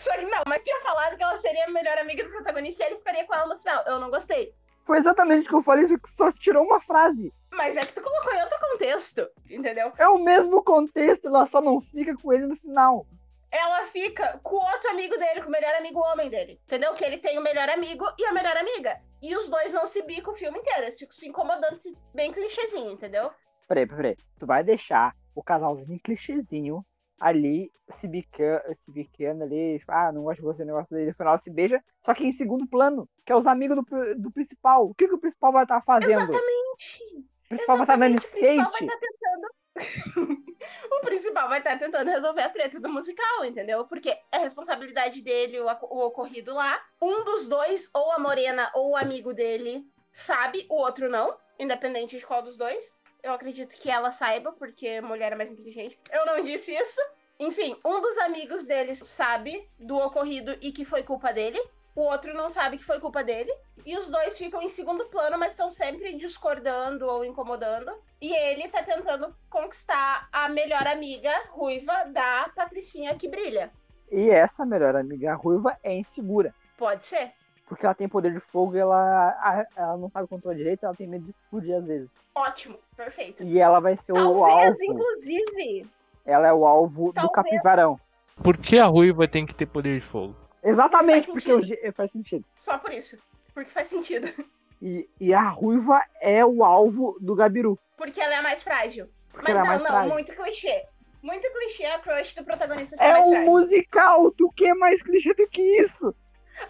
Speaker 2: Só que não, mas tinha falado que ela seria a melhor amiga do protagonista e ele ficaria com ela no final. Eu não gostei.
Speaker 1: Foi exatamente o que eu falei, só que só tirou uma frase.
Speaker 2: Mas é que tu colocou em outro contexto, entendeu?
Speaker 1: É o mesmo contexto, ela só não fica com ele no final.
Speaker 2: Ela fica com outro amigo dele, com o melhor amigo homem dele. Entendeu? Que ele tem o melhor amigo e a melhor amiga. E os dois não se bicam o filme inteiro. Eles ficam se incomodando, se- bem clichêzinho, entendeu?
Speaker 1: Peraí, peraí. Tu vai deixar o casalzinho clichêzinho ali se bicando, se biqueando ali, tipo, ah, não gosto de você, negócio dele, no final se beija, só que em segundo plano, que é os amigos do, pr- do principal. O que, que o principal vai estar fazendo?
Speaker 2: Exatamente.
Speaker 1: O principal vai estar dando
Speaker 2: Exatamente, O principal vai tá-
Speaker 1: skate.
Speaker 2: estar tentando. o principal vai estar tentando resolver a treta do musical, entendeu? Porque é responsabilidade dele o, ac- o ocorrido lá. Um dos dois, ou a Morena ou o amigo dele, sabe, o outro não, independente de qual dos dois. Eu acredito que ela saiba, porque mulher é mais inteligente. Eu não disse isso. Enfim, um dos amigos deles sabe do ocorrido e que foi culpa dele. O outro não sabe que foi culpa dele. E os dois ficam em segundo plano, mas estão sempre discordando ou incomodando. E ele tá tentando conquistar a melhor amiga ruiva da Patricinha que brilha.
Speaker 1: E essa melhor amiga ruiva é insegura.
Speaker 2: Pode ser?
Speaker 1: Porque ela tem poder de fogo e ela, a- ela não sabe controlar direito, ela tem medo de explodir às vezes.
Speaker 2: Ótimo, perfeito.
Speaker 1: E ela vai ser o
Speaker 2: Talvez,
Speaker 1: alvo.
Speaker 2: inclusive.
Speaker 1: Ela é o alvo do
Speaker 2: Talvez.
Speaker 1: capivarão.
Speaker 3: Por que a ruiva tem que ter poder de fogo?
Speaker 1: Exatamente,
Speaker 2: Faz
Speaker 1: porque o ge- faz sentido.
Speaker 2: Só por isso. Porque faz sentido.
Speaker 1: E, e a ruiva é o alvo do Gabiru.
Speaker 2: Porque ela é a mais frágil.
Speaker 1: Porque
Speaker 2: Mas
Speaker 1: ela é
Speaker 2: não,
Speaker 1: a mais
Speaker 2: não,
Speaker 1: frágil.
Speaker 2: muito clichê. Muito clichê a crush do protagonista ser
Speaker 1: É
Speaker 2: mais
Speaker 1: um
Speaker 2: frágil.
Speaker 1: musical! Tu quer mais clichê do que isso?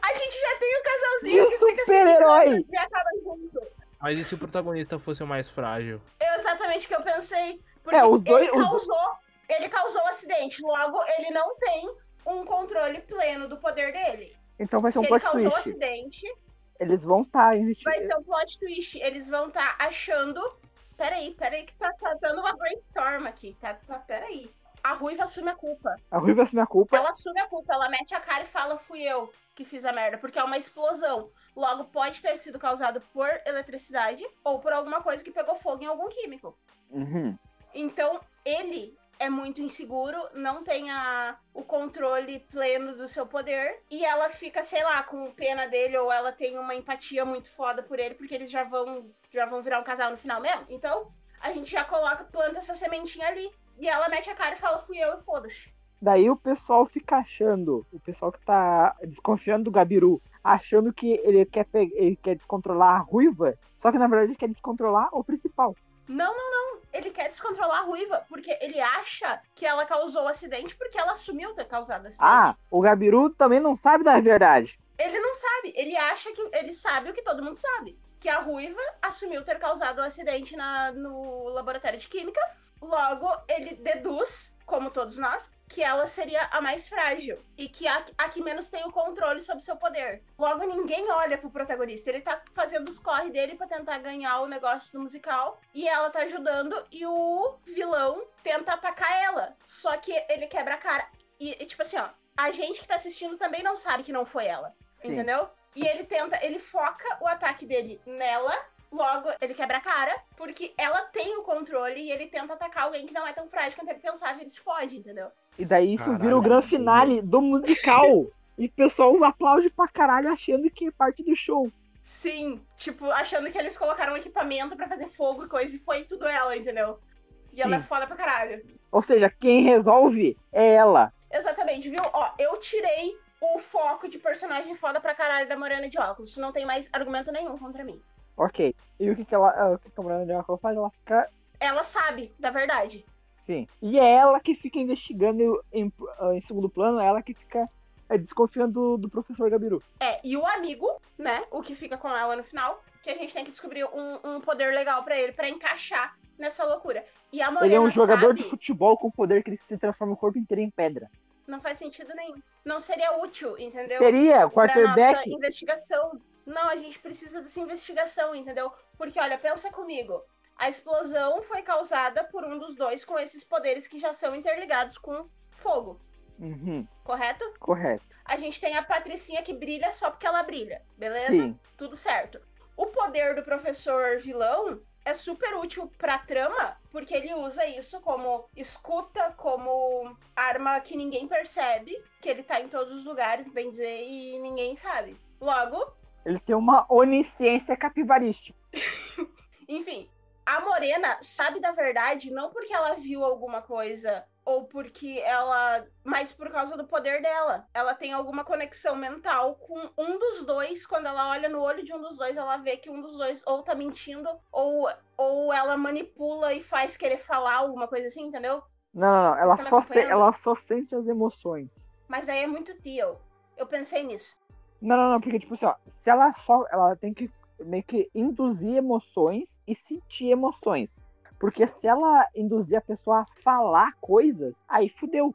Speaker 2: A gente já tem o casalzinho
Speaker 1: De
Speaker 2: que fica se
Speaker 1: super-herói.
Speaker 2: ligando e acaba um junto.
Speaker 3: Mas e se o protagonista fosse o mais frágil?
Speaker 2: É exatamente o que eu pensei. Porque
Speaker 1: É, os dois-
Speaker 2: ele,
Speaker 1: os
Speaker 2: causou, ele causou o acidente. Logo, ele não tem um controle pleno do poder dele.
Speaker 1: Então vai ser
Speaker 2: Se
Speaker 1: um
Speaker 2: ele
Speaker 1: plot
Speaker 2: causou o
Speaker 1: twist.
Speaker 2: acidente,
Speaker 1: Eles vão estar
Speaker 2: vai
Speaker 1: investindo.
Speaker 2: ser um plot twist. Eles vão estar achando. Peraí, peraí, que tá, tá dando uma brainstorm aqui. Tá, tá, peraí. A Ruiva assume a culpa.
Speaker 1: A ruiva assume a culpa.
Speaker 2: Ela assume a culpa, ela mete a cara e fala: fui eu que fiz a merda, porque é uma explosão. Logo, pode ter sido causado por eletricidade ou por alguma coisa que pegou fogo em algum químico.
Speaker 1: Uhum.
Speaker 2: Então, ele é muito inseguro, não tem a- o controle pleno do seu poder. E ela fica, sei lá, com pena dele, ou ela tem uma empatia muito foda por ele, porque eles já vão, já vão virar um casal no final mesmo. Então, a gente já coloca, planta essa sementinha ali. E ela mete a cara e fala, fui eu e foda-se.
Speaker 1: Daí o pessoal fica achando, o pessoal que tá desconfiando do Gabiru, achando que ele quer, pe- ele quer descontrolar a ruiva, só que na verdade ele quer descontrolar o principal.
Speaker 2: Não, não, não. Ele quer descontrolar a ruiva, porque ele acha que ela causou o acidente porque ela assumiu ter causado o acidente.
Speaker 1: Ah, o Gabiru também não sabe da verdade.
Speaker 2: Ele não sabe. Ele acha que ele sabe o que todo mundo sabe. Que a Ruiva assumiu ter causado o acidente na, no laboratório de química. Logo, ele deduz, como todos nós, que ela seria a mais frágil. E que a, a que menos tem o controle sobre seu poder. Logo, ninguém olha pro protagonista. Ele tá fazendo os corre dele pra tentar ganhar o negócio do musical. E ela tá ajudando. E o vilão tenta atacar ela. Só que ele quebra a cara. E, e tipo assim, ó. A gente que tá assistindo também não sabe que não foi ela.
Speaker 1: Sim.
Speaker 2: Entendeu? E ele tenta, ele foca o ataque dele nela, logo ele quebra a cara, porque ela tem o controle e ele tenta atacar alguém que não é tão frágil quanto ele pensava e ele se foge, entendeu?
Speaker 1: E daí isso
Speaker 3: Caralho,
Speaker 1: vira o grande
Speaker 3: entendi.
Speaker 1: finale do musical. e o pessoal aplaude pra caralho achando que é parte do show.
Speaker 2: Sim, tipo, achando que eles colocaram um equipamento pra fazer fogo e coisa, e foi tudo ela, entendeu? E ela é
Speaker 1: Sim.
Speaker 2: foda pra caralho.
Speaker 1: Ou seja, quem resolve é ela.
Speaker 2: Exatamente, viu? Ó, eu tirei o foco de personagem foda pra caralho da Morena de óculos. Tu não tem mais argumento nenhum contra mim.
Speaker 1: Ok. E o que, que ela. ah, O que que a Miranda de Marco faz? Ela fica
Speaker 2: Ela sabe da verdade.
Speaker 1: Sim. E é ela que fica investigando em, em segundo plano, é ela que fica é, desconfiando do, do professor Gabiru.
Speaker 2: É, e o amigo, né? O que fica com ela no final, que a gente tem que descobrir um, um poder legal pra ele, pra encaixar nessa loucura. E a Morena
Speaker 1: ele é um jogador
Speaker 2: sabe,
Speaker 1: de futebol com poder que ele se transforma o corpo inteiro em pedra.
Speaker 2: Não faz sentido nenhum. Não seria útil, entendeu?
Speaker 1: Seria o
Speaker 2: Pra nossa
Speaker 1: quarterback.
Speaker 2: investigação. Não, a gente precisa dessa investigação, entendeu? Porque, olha, pensa comigo. A explosão foi causada por um dos dois com esses poderes que já são interligados com fogo,
Speaker 1: Uhum,
Speaker 2: correto?
Speaker 1: correto.
Speaker 2: A gente tem a Patricinha que brilha só porque ela brilha, beleza?
Speaker 1: Sim.
Speaker 2: tudo certo. O poder do professor vilão é super útil pra trama, porque ele usa isso como escuta, como arma que ninguém percebe, que ele tá em todos os lugares, bem dizer, e ninguém sabe. Logo,
Speaker 1: Ele tem uma onisciência capivarística.
Speaker 2: enfim, a Morena sabe da verdade não porque ela viu alguma coisa ou porque ela, mas por causa do poder dela. Ela tem alguma conexão mental com um dos dois, quando ela olha no olho de um dos dois, ela vê que um dos dois ou tá mentindo ou ou ela manipula e faz querer falar alguma coisa assim, entendeu?
Speaker 1: Não, não, não. Ela
Speaker 2: Vocês
Speaker 1: só,
Speaker 2: estão me
Speaker 1: se-
Speaker 2: acompanhando?
Speaker 1: ela só sente as emoções.
Speaker 2: Mas aí é muito Theo. Eu pensei nisso.
Speaker 1: Não, não, não, porque, tipo assim, ó, se ela só. Ela tem que meio que induzir emoções e sentir emoções. Porque se ela induzir a pessoa a falar coisas, aí fudeu.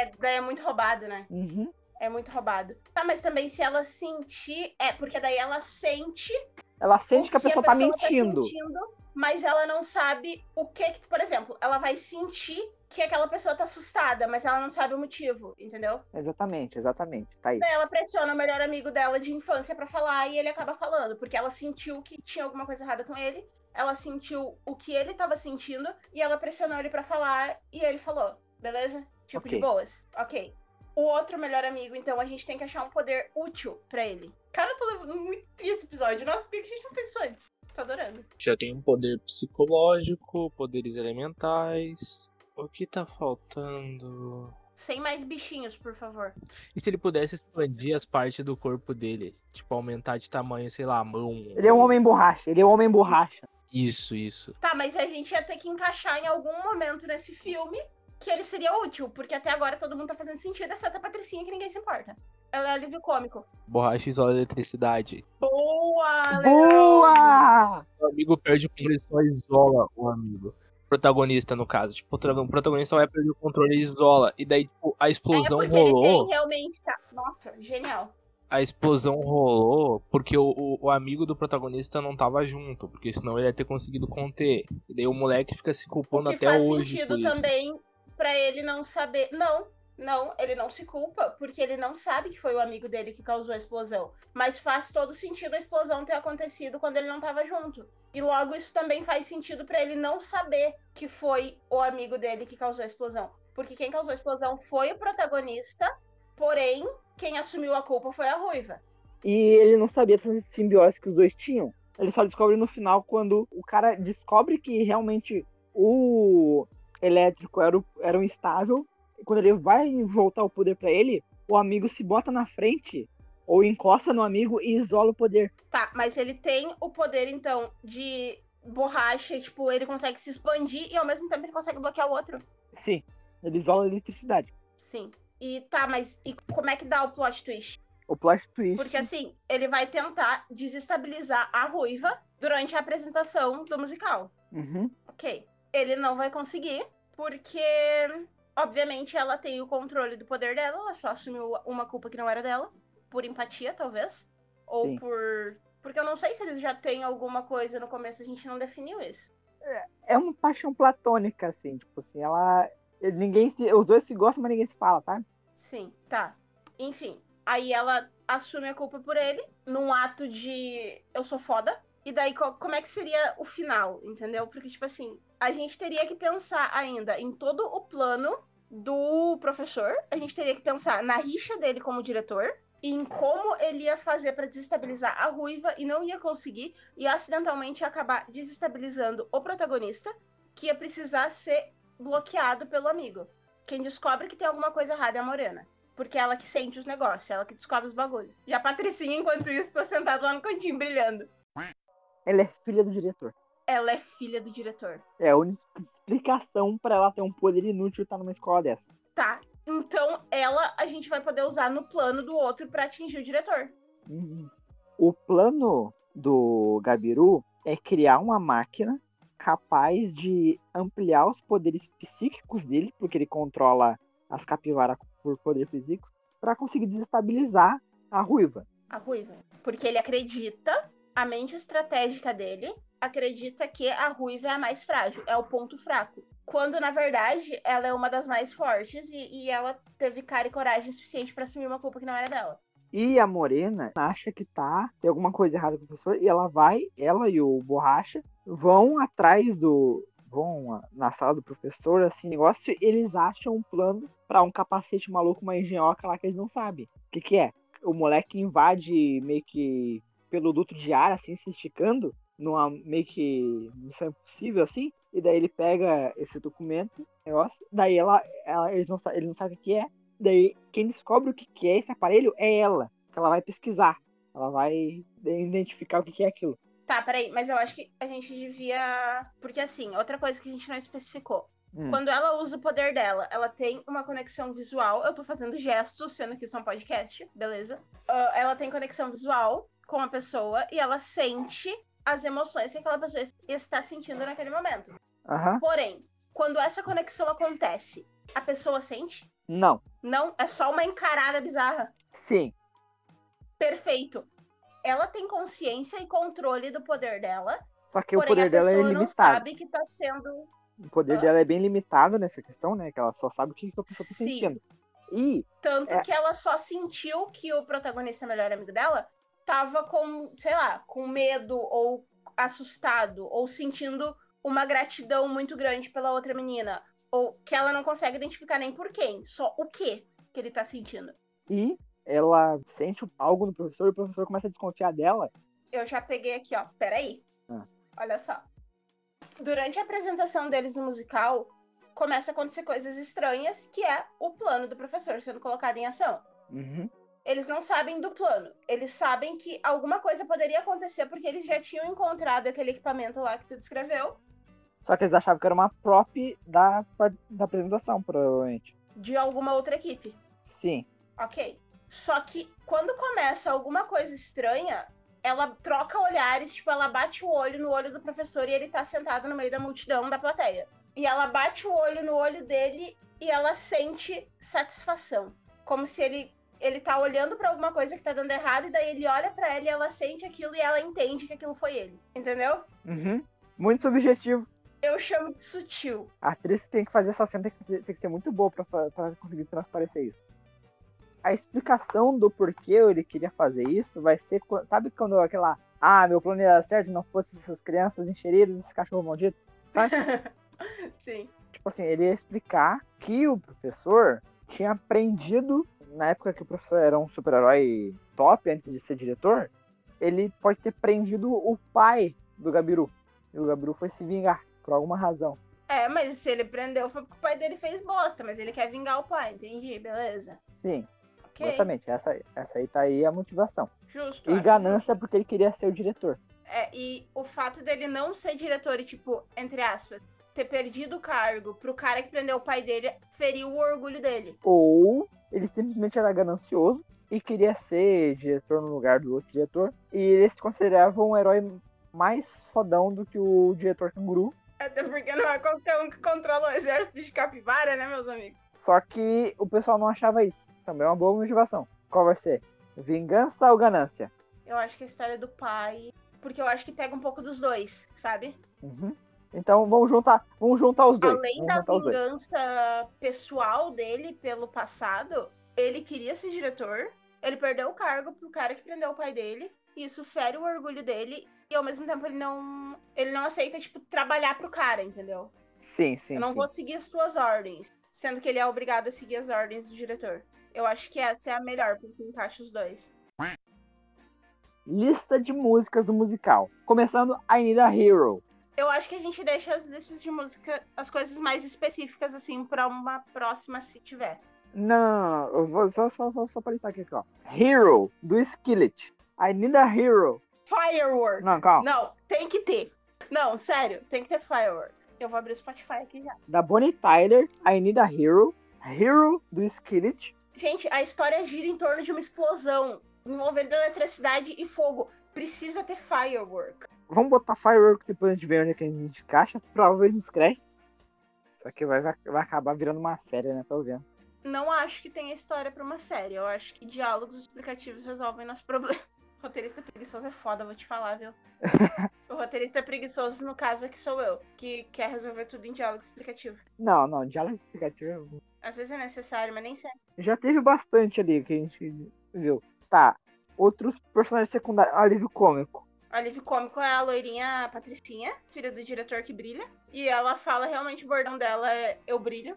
Speaker 2: É, daí é muito roubado, né?
Speaker 1: Uhum.
Speaker 2: É muito roubado. Tá, mas também se ela sentir, é porque daí ela sente
Speaker 1: Ela sente
Speaker 2: o
Speaker 1: que a pessoa, tá mentindo.
Speaker 2: sentindo, mas ela não sabe o que, que- por exemplo, ela vai sentir que aquela pessoa tá assustada, mas ela não sabe o motivo, entendeu?
Speaker 1: Exatamente, exatamente. Tá aí.
Speaker 2: Daí ela pressiona o melhor amigo dela de infância pra falar e ele acaba falando, porque ela sentiu que tinha alguma coisa errada com ele, ela sentiu o que ele tava sentindo e ela pressionou ele pra falar e ele falou, beleza? Tipo
Speaker 1: Ok.
Speaker 2: de boas. OK. O outro melhor amigo, então a gente tem que achar um poder útil pra ele. Cara, eu tô levando muito esse episódio. Nossa, por que a gente não pensou antes? Tô adorando.
Speaker 3: Já tem um poder psicológico, poderes elementais. O que tá faltando?
Speaker 2: Sem mais bichinhos, por favor.
Speaker 3: E se ele pudesse expandir as partes do corpo dele? Tipo, aumentar de tamanho, sei lá, a mão.
Speaker 1: Ele é um homem borracha, ele é um homem borracha.
Speaker 3: Isso, isso.
Speaker 2: Tá, mas a gente ia ter que encaixar em algum momento nesse filme que ele seria útil, porque até agora todo mundo tá fazendo sentido, exceto a Patricinha, que ninguém se importa. Ela é alívio cômico.
Speaker 3: Borracha isola eletricidade.
Speaker 2: Boa! um Leão!
Speaker 1: Boa!
Speaker 3: O amigo perde o controle e só isola o amigo. Protagonista, no caso. Tipo, o tra- o protagonista vai perder o controle e isola. E daí, tipo, a explosão
Speaker 2: é porque Ele
Speaker 3: rolou.
Speaker 2: tem realmente. tá- Nossa, genial.
Speaker 3: A explosão rolou porque o, o- o amigo do protagonista não tava junto. Porque senão ele ia ter conseguido conter. E daí o moleque fica se culpando
Speaker 2: que
Speaker 3: até
Speaker 2: faz
Speaker 3: hoje.
Speaker 2: sentido
Speaker 3: por isso.
Speaker 2: também pra ele não saber. Não, não, ele não se culpa, porque ele não sabe que foi o amigo dele que causou a explosão. Mas faz todo sentido a explosão ter acontecido quando ele não tava junto. E logo isso também faz sentido pra ele não saber que foi o amigo dele que causou a explosão. Porque quem causou a explosão foi o protagonista, porém, quem assumiu a culpa foi a Ruiva.
Speaker 1: E ele não sabia dessa simbiose que os dois tinham. Ele só descobre no final quando o cara descobre que realmente o elétrico era, o- era um estável. E quando ele vai voltar o poder pra ele, o amigo se bota na frente ou encosta no amigo e isola o poder.
Speaker 2: Tá, mas ele tem o poder, então, de borracha, e, tipo, ele consegue se expandir e ao mesmo tempo ele consegue bloquear o outro.
Speaker 1: Sim, ele isola a eletricidade.
Speaker 2: Sim. E tá, mas e como é que dá o plot twist?
Speaker 1: O plot twist.
Speaker 2: Porque assim, ele vai tentar desestabilizar a ruiva durante a apresentação do musical.
Speaker 1: Uhum.
Speaker 2: Ok. Ele não vai conseguir, porque, obviamente, ela tem o controle do poder dela, ela só assumiu uma culpa que não era dela, por empatia, talvez. Ou
Speaker 1: Sim.
Speaker 2: por. Porque eu não sei se eles já têm alguma coisa no começo, a gente não definiu isso.
Speaker 1: É uma paixão platônica, assim, tipo assim, ela. Ninguém se. Os dois se gostam, mas ninguém se fala, tá?
Speaker 2: Sim, tá. Enfim, aí ela assume a culpa por ele, num ato de eu sou foda. E daí, co- como é que seria o final, entendeu? Porque, tipo assim, a gente teria que pensar ainda em todo o plano do professor, a gente teria que pensar na rixa dele como diretor. E em como ele ia fazer pra desestabilizar a ruiva e não ia conseguir, e acidentalmente ia acabar desestabilizando o protagonista, que ia precisar ser bloqueado pelo amigo. Quem descobre que tem alguma coisa errada é a Morena. Porque é ela que sente os negócios, é ela que descobre os bagulhos. E a Patricinha, enquanto isso, tá sentada lá no cantinho brilhando.
Speaker 1: Ela é filha do diretor.
Speaker 2: Ela é filha do diretor.
Speaker 1: É a única explicação pra ela ter um poder inútil estar numa escola dessa.
Speaker 2: Tá. Então ela a gente vai poder usar no plano do outro pra atingir o diretor.
Speaker 1: Uhum. O plano do Gabiru é criar uma máquina capaz de ampliar os poderes psíquicos dele, porque ele controla as capivaras por poder psíquico, pra conseguir desestabilizar a ruiva.
Speaker 2: A ruiva. Porque ele acredita, a mente estratégica dele acredita que a ruiva é a mais frágil, é o ponto fraco. Quando, na verdade, ela é uma das mais fortes e, e ela teve cara e coragem suficiente pra assumir uma culpa que não era dela.
Speaker 1: E a Morena acha que tá, tem alguma coisa errada com o professor, e ela vai, ela e o Borracha vão atrás do. vão a- na sala do professor, assim, negócio, e eles acham um plano pra um capacete maluco, uma engenhoca lá que eles não sabem. O que, que é? O moleque invade meio que pelo duto de ar, assim, se esticando, numa meio que missão impossível, assim, e daí ele pega esse documento, negócio, daí ela, ela eles não, sa- ele não sabe o que que é, Daí, quem descobre o que, que é esse aparelho é ela, que ela vai pesquisar. Ela vai identificar o que, que é aquilo.
Speaker 2: Tá, peraí, mas eu acho que a gente devia. Porque assim, outra coisa que a gente não especificou.
Speaker 1: Hum.
Speaker 2: Quando ela usa o poder dela, ela tem uma conexão visual. Eu tô fazendo gestos, sendo que isso é um podcast, beleza? Ah, ela tem conexão visual com a pessoa e ela sente as emoções que aquela pessoa es- está sentindo naquele momento.
Speaker 1: Aham.
Speaker 2: Porém, quando essa conexão acontece, a pessoa sente?
Speaker 1: Não.
Speaker 2: Não, é só uma encarada bizarra.
Speaker 1: Sim.
Speaker 2: Perfeito. Ela tem consciência e controle do poder dela.
Speaker 1: Só que o
Speaker 2: Porém,
Speaker 1: poder
Speaker 2: a
Speaker 1: dela é
Speaker 2: pessoa não
Speaker 1: limitado.
Speaker 2: sabe Ah. que tá sendo.
Speaker 1: O poder
Speaker 2: Hã?
Speaker 1: dela é bem limitado nessa questão, né? Que ela só sabe o que, que a pessoa tá
Speaker 2: Sim.
Speaker 1: sentindo. E
Speaker 2: Tanto
Speaker 1: É.
Speaker 2: que ela só sentiu que o protagonista, é melhor amigo dela, tava com, sei lá, com medo ou assustado, ou sentindo uma gratidão muito grande pela outra menina. Ou que ela não consegue identificar nem por quem, só o que que ele tá sentindo.
Speaker 1: e ela sente algo no professor e o professor começa a desconfiar dela.
Speaker 2: Eu já peguei aqui, ó. Peraí.
Speaker 1: Ah.
Speaker 2: Olha só. Durante a apresentação deles no musical, começa a acontecer coisas estranhas, que é o plano do professor sendo colocado em ação.
Speaker 1: Uhum.
Speaker 2: Eles não sabem do plano, eles sabem que alguma coisa poderia acontecer porque eles já tinham encontrado aquele equipamento lá que tu descreveu,
Speaker 1: Só que eles achavam que era uma prop da, par- da apresentação, provavelmente.
Speaker 2: de alguma outra equipe.
Speaker 1: Sim.
Speaker 2: Ok. Só que quando começa alguma coisa estranha, ela troca olhares, tipo, ela bate o olho no olho do professor e ele tá sentado no meio da multidão da plateia. E ela bate o olho no olho dele e ela sente satisfação. Como se ele ele tá olhando pra alguma coisa que tá dando errado e daí ele olha pra ele, ela sente aquilo e ela entende que aquilo foi ele. Entendeu?
Speaker 1: Uhum. Muito subjetivo.
Speaker 2: Eu chamo de sutil.
Speaker 1: A atriz que tem que fazer essa cena tem que ser, tem que ser muito boa pra, fa- pra conseguir transparecer isso. A explicação do porquê ele queria fazer isso vai ser. quan- Sabe quando aquela. Ah, meu plano era certo, não fosse essas crianças encheridas, esse cachorro maldito.
Speaker 2: Sim.
Speaker 1: Tipo assim, ele ia explicar que o professor tinha aprendido, na época que o professor era um super-herói top antes de ser diretor, ele pode ter prendido o pai do Gabiru. E o Gabiru foi se vingar, por alguma razão.
Speaker 2: É, mas se ele prendeu foi porque o pai dele fez bosta, mas ele quer vingar o pai, entendi, beleza.
Speaker 1: Sim,
Speaker 2: Ok. Tá.
Speaker 1: exatamente. Essa, essa aí tá aí a motivação.
Speaker 2: Justo.
Speaker 1: E
Speaker 2: acho
Speaker 1: ganância porque ele queria ser o diretor.
Speaker 2: É, e o fato dele não ser diretor e, tipo, entre aspas, ter perdido o cargo pro cara que prendeu o pai dele feriu o orgulho dele.
Speaker 1: Ou ele simplesmente era ganancioso e queria ser diretor no lugar do outro diretor. E ele se considerava um herói mais fodão do que o diretor canguru.
Speaker 2: Até porque não é qualquer um que controla o exército de capivara, né, meus amigos?
Speaker 1: Só que o pessoal não achava isso. Também é uma boa motivação. Qual vai ser? Vingança ou ganância?
Speaker 2: Eu acho que a história do pai. Porque eu acho que pega um pouco dos dois, sabe?
Speaker 1: Uhum. Então vamos juntar, vamos juntar os dois.
Speaker 2: Além
Speaker 1: vamos
Speaker 2: da
Speaker 1: juntar os dois.
Speaker 2: vingança pessoal dele pelo passado, ele queria ser diretor, ele perdeu o cargo pro cara que prendeu o pai dele, e isso fere o orgulho dele, e ao mesmo tempo ele não, ele não aceita, tipo, trabalhar pro cara, entendeu?
Speaker 1: Sim, sim,
Speaker 2: Eu não
Speaker 1: sim.
Speaker 2: vou seguir as tuas ordens, sendo que ele é obrigado a seguir as ordens do diretor. Eu acho que essa é a melhor, porque encaixa os dois.
Speaker 1: Lista de músicas do musical. Começando I Need a Hero.
Speaker 2: Eu acho que a gente deixa as listas de música, as coisas mais específicas, assim, pra uma próxima, se tiver.
Speaker 1: Não, eu vou só, só, só, só pra listar aqui, ó. Hero, do Skillet. I Need a Hero.
Speaker 2: Firework!
Speaker 1: Não, calma.
Speaker 2: Não, tem que ter. Não, sério, tem que ter firework. Eu vou abrir o Spotify aqui já.
Speaker 1: Da Bonnie Tyler, I Need a Hero. Hero, do Skillet.
Speaker 2: Gente, a história gira em torno de uma explosão envolvendo eletricidade e fogo. Precisa ter firework.
Speaker 1: Vamos botar Firework depois a gente vê onde é que a gente encaixa. Talvez nos créditos. Só que vai, vai, vai acabar virando uma série, né? Tô vendo.
Speaker 2: Não acho que tenha história pra uma série. Eu acho que diálogos explicativos resolvem nosso problema. Roteirista preguiçoso é foda, vou te falar, viu? o roteirista preguiçoso, no caso, aqui sou eu, que quer resolver tudo em diálogo explicativo.
Speaker 1: Não, não, diálogo explicativo.
Speaker 2: Às vezes é necessário, mas nem sempre.
Speaker 1: Já teve bastante ali que a gente viu. Tá. Outros personagens secundários. Ah, livro cômico.
Speaker 2: O alívio cômico é a loirinha Patricinha, filha do diretor que brilha. E ela fala realmente o bordão dela é Eu brilho.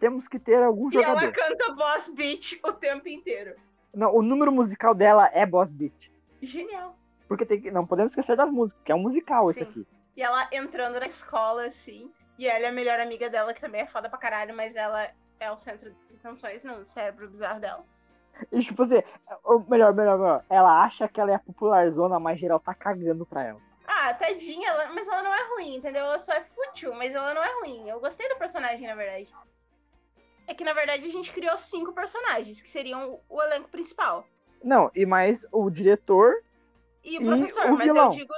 Speaker 1: Temos que ter algum
Speaker 2: E ela
Speaker 1: Um jogador.
Speaker 2: canta Boss Beat o tempo inteiro.
Speaker 1: Não, o número musical dela é Boss Beat.
Speaker 2: Genial.
Speaker 1: Porque tem que, não podemos esquecer das músicas, que é um musical esse
Speaker 2: Sim.
Speaker 1: aqui.
Speaker 2: E ela entrando na escola, assim. E ela é a melhor amiga dela, que também é foda pra caralho, mas ela é o centro das atenções no cérebro bizarro dela.
Speaker 1: E tipo assim, ou melhor, melhor, melhor. Ela acha que ela é a popular zona, mas geral tá cagando pra ela.
Speaker 2: Ah, tadinha, ela- mas ela não é ruim, entendeu? Ela só é fútil, mas ela não é ruim. Eu gostei do personagem, na verdade. É que, na verdade, a gente criou cinco personagens, que seriam o elenco principal.
Speaker 1: Não, e mais o diretor.
Speaker 2: E o
Speaker 1: E
Speaker 2: professor,
Speaker 1: o
Speaker 2: mas
Speaker 1: vilão.
Speaker 2: eu digo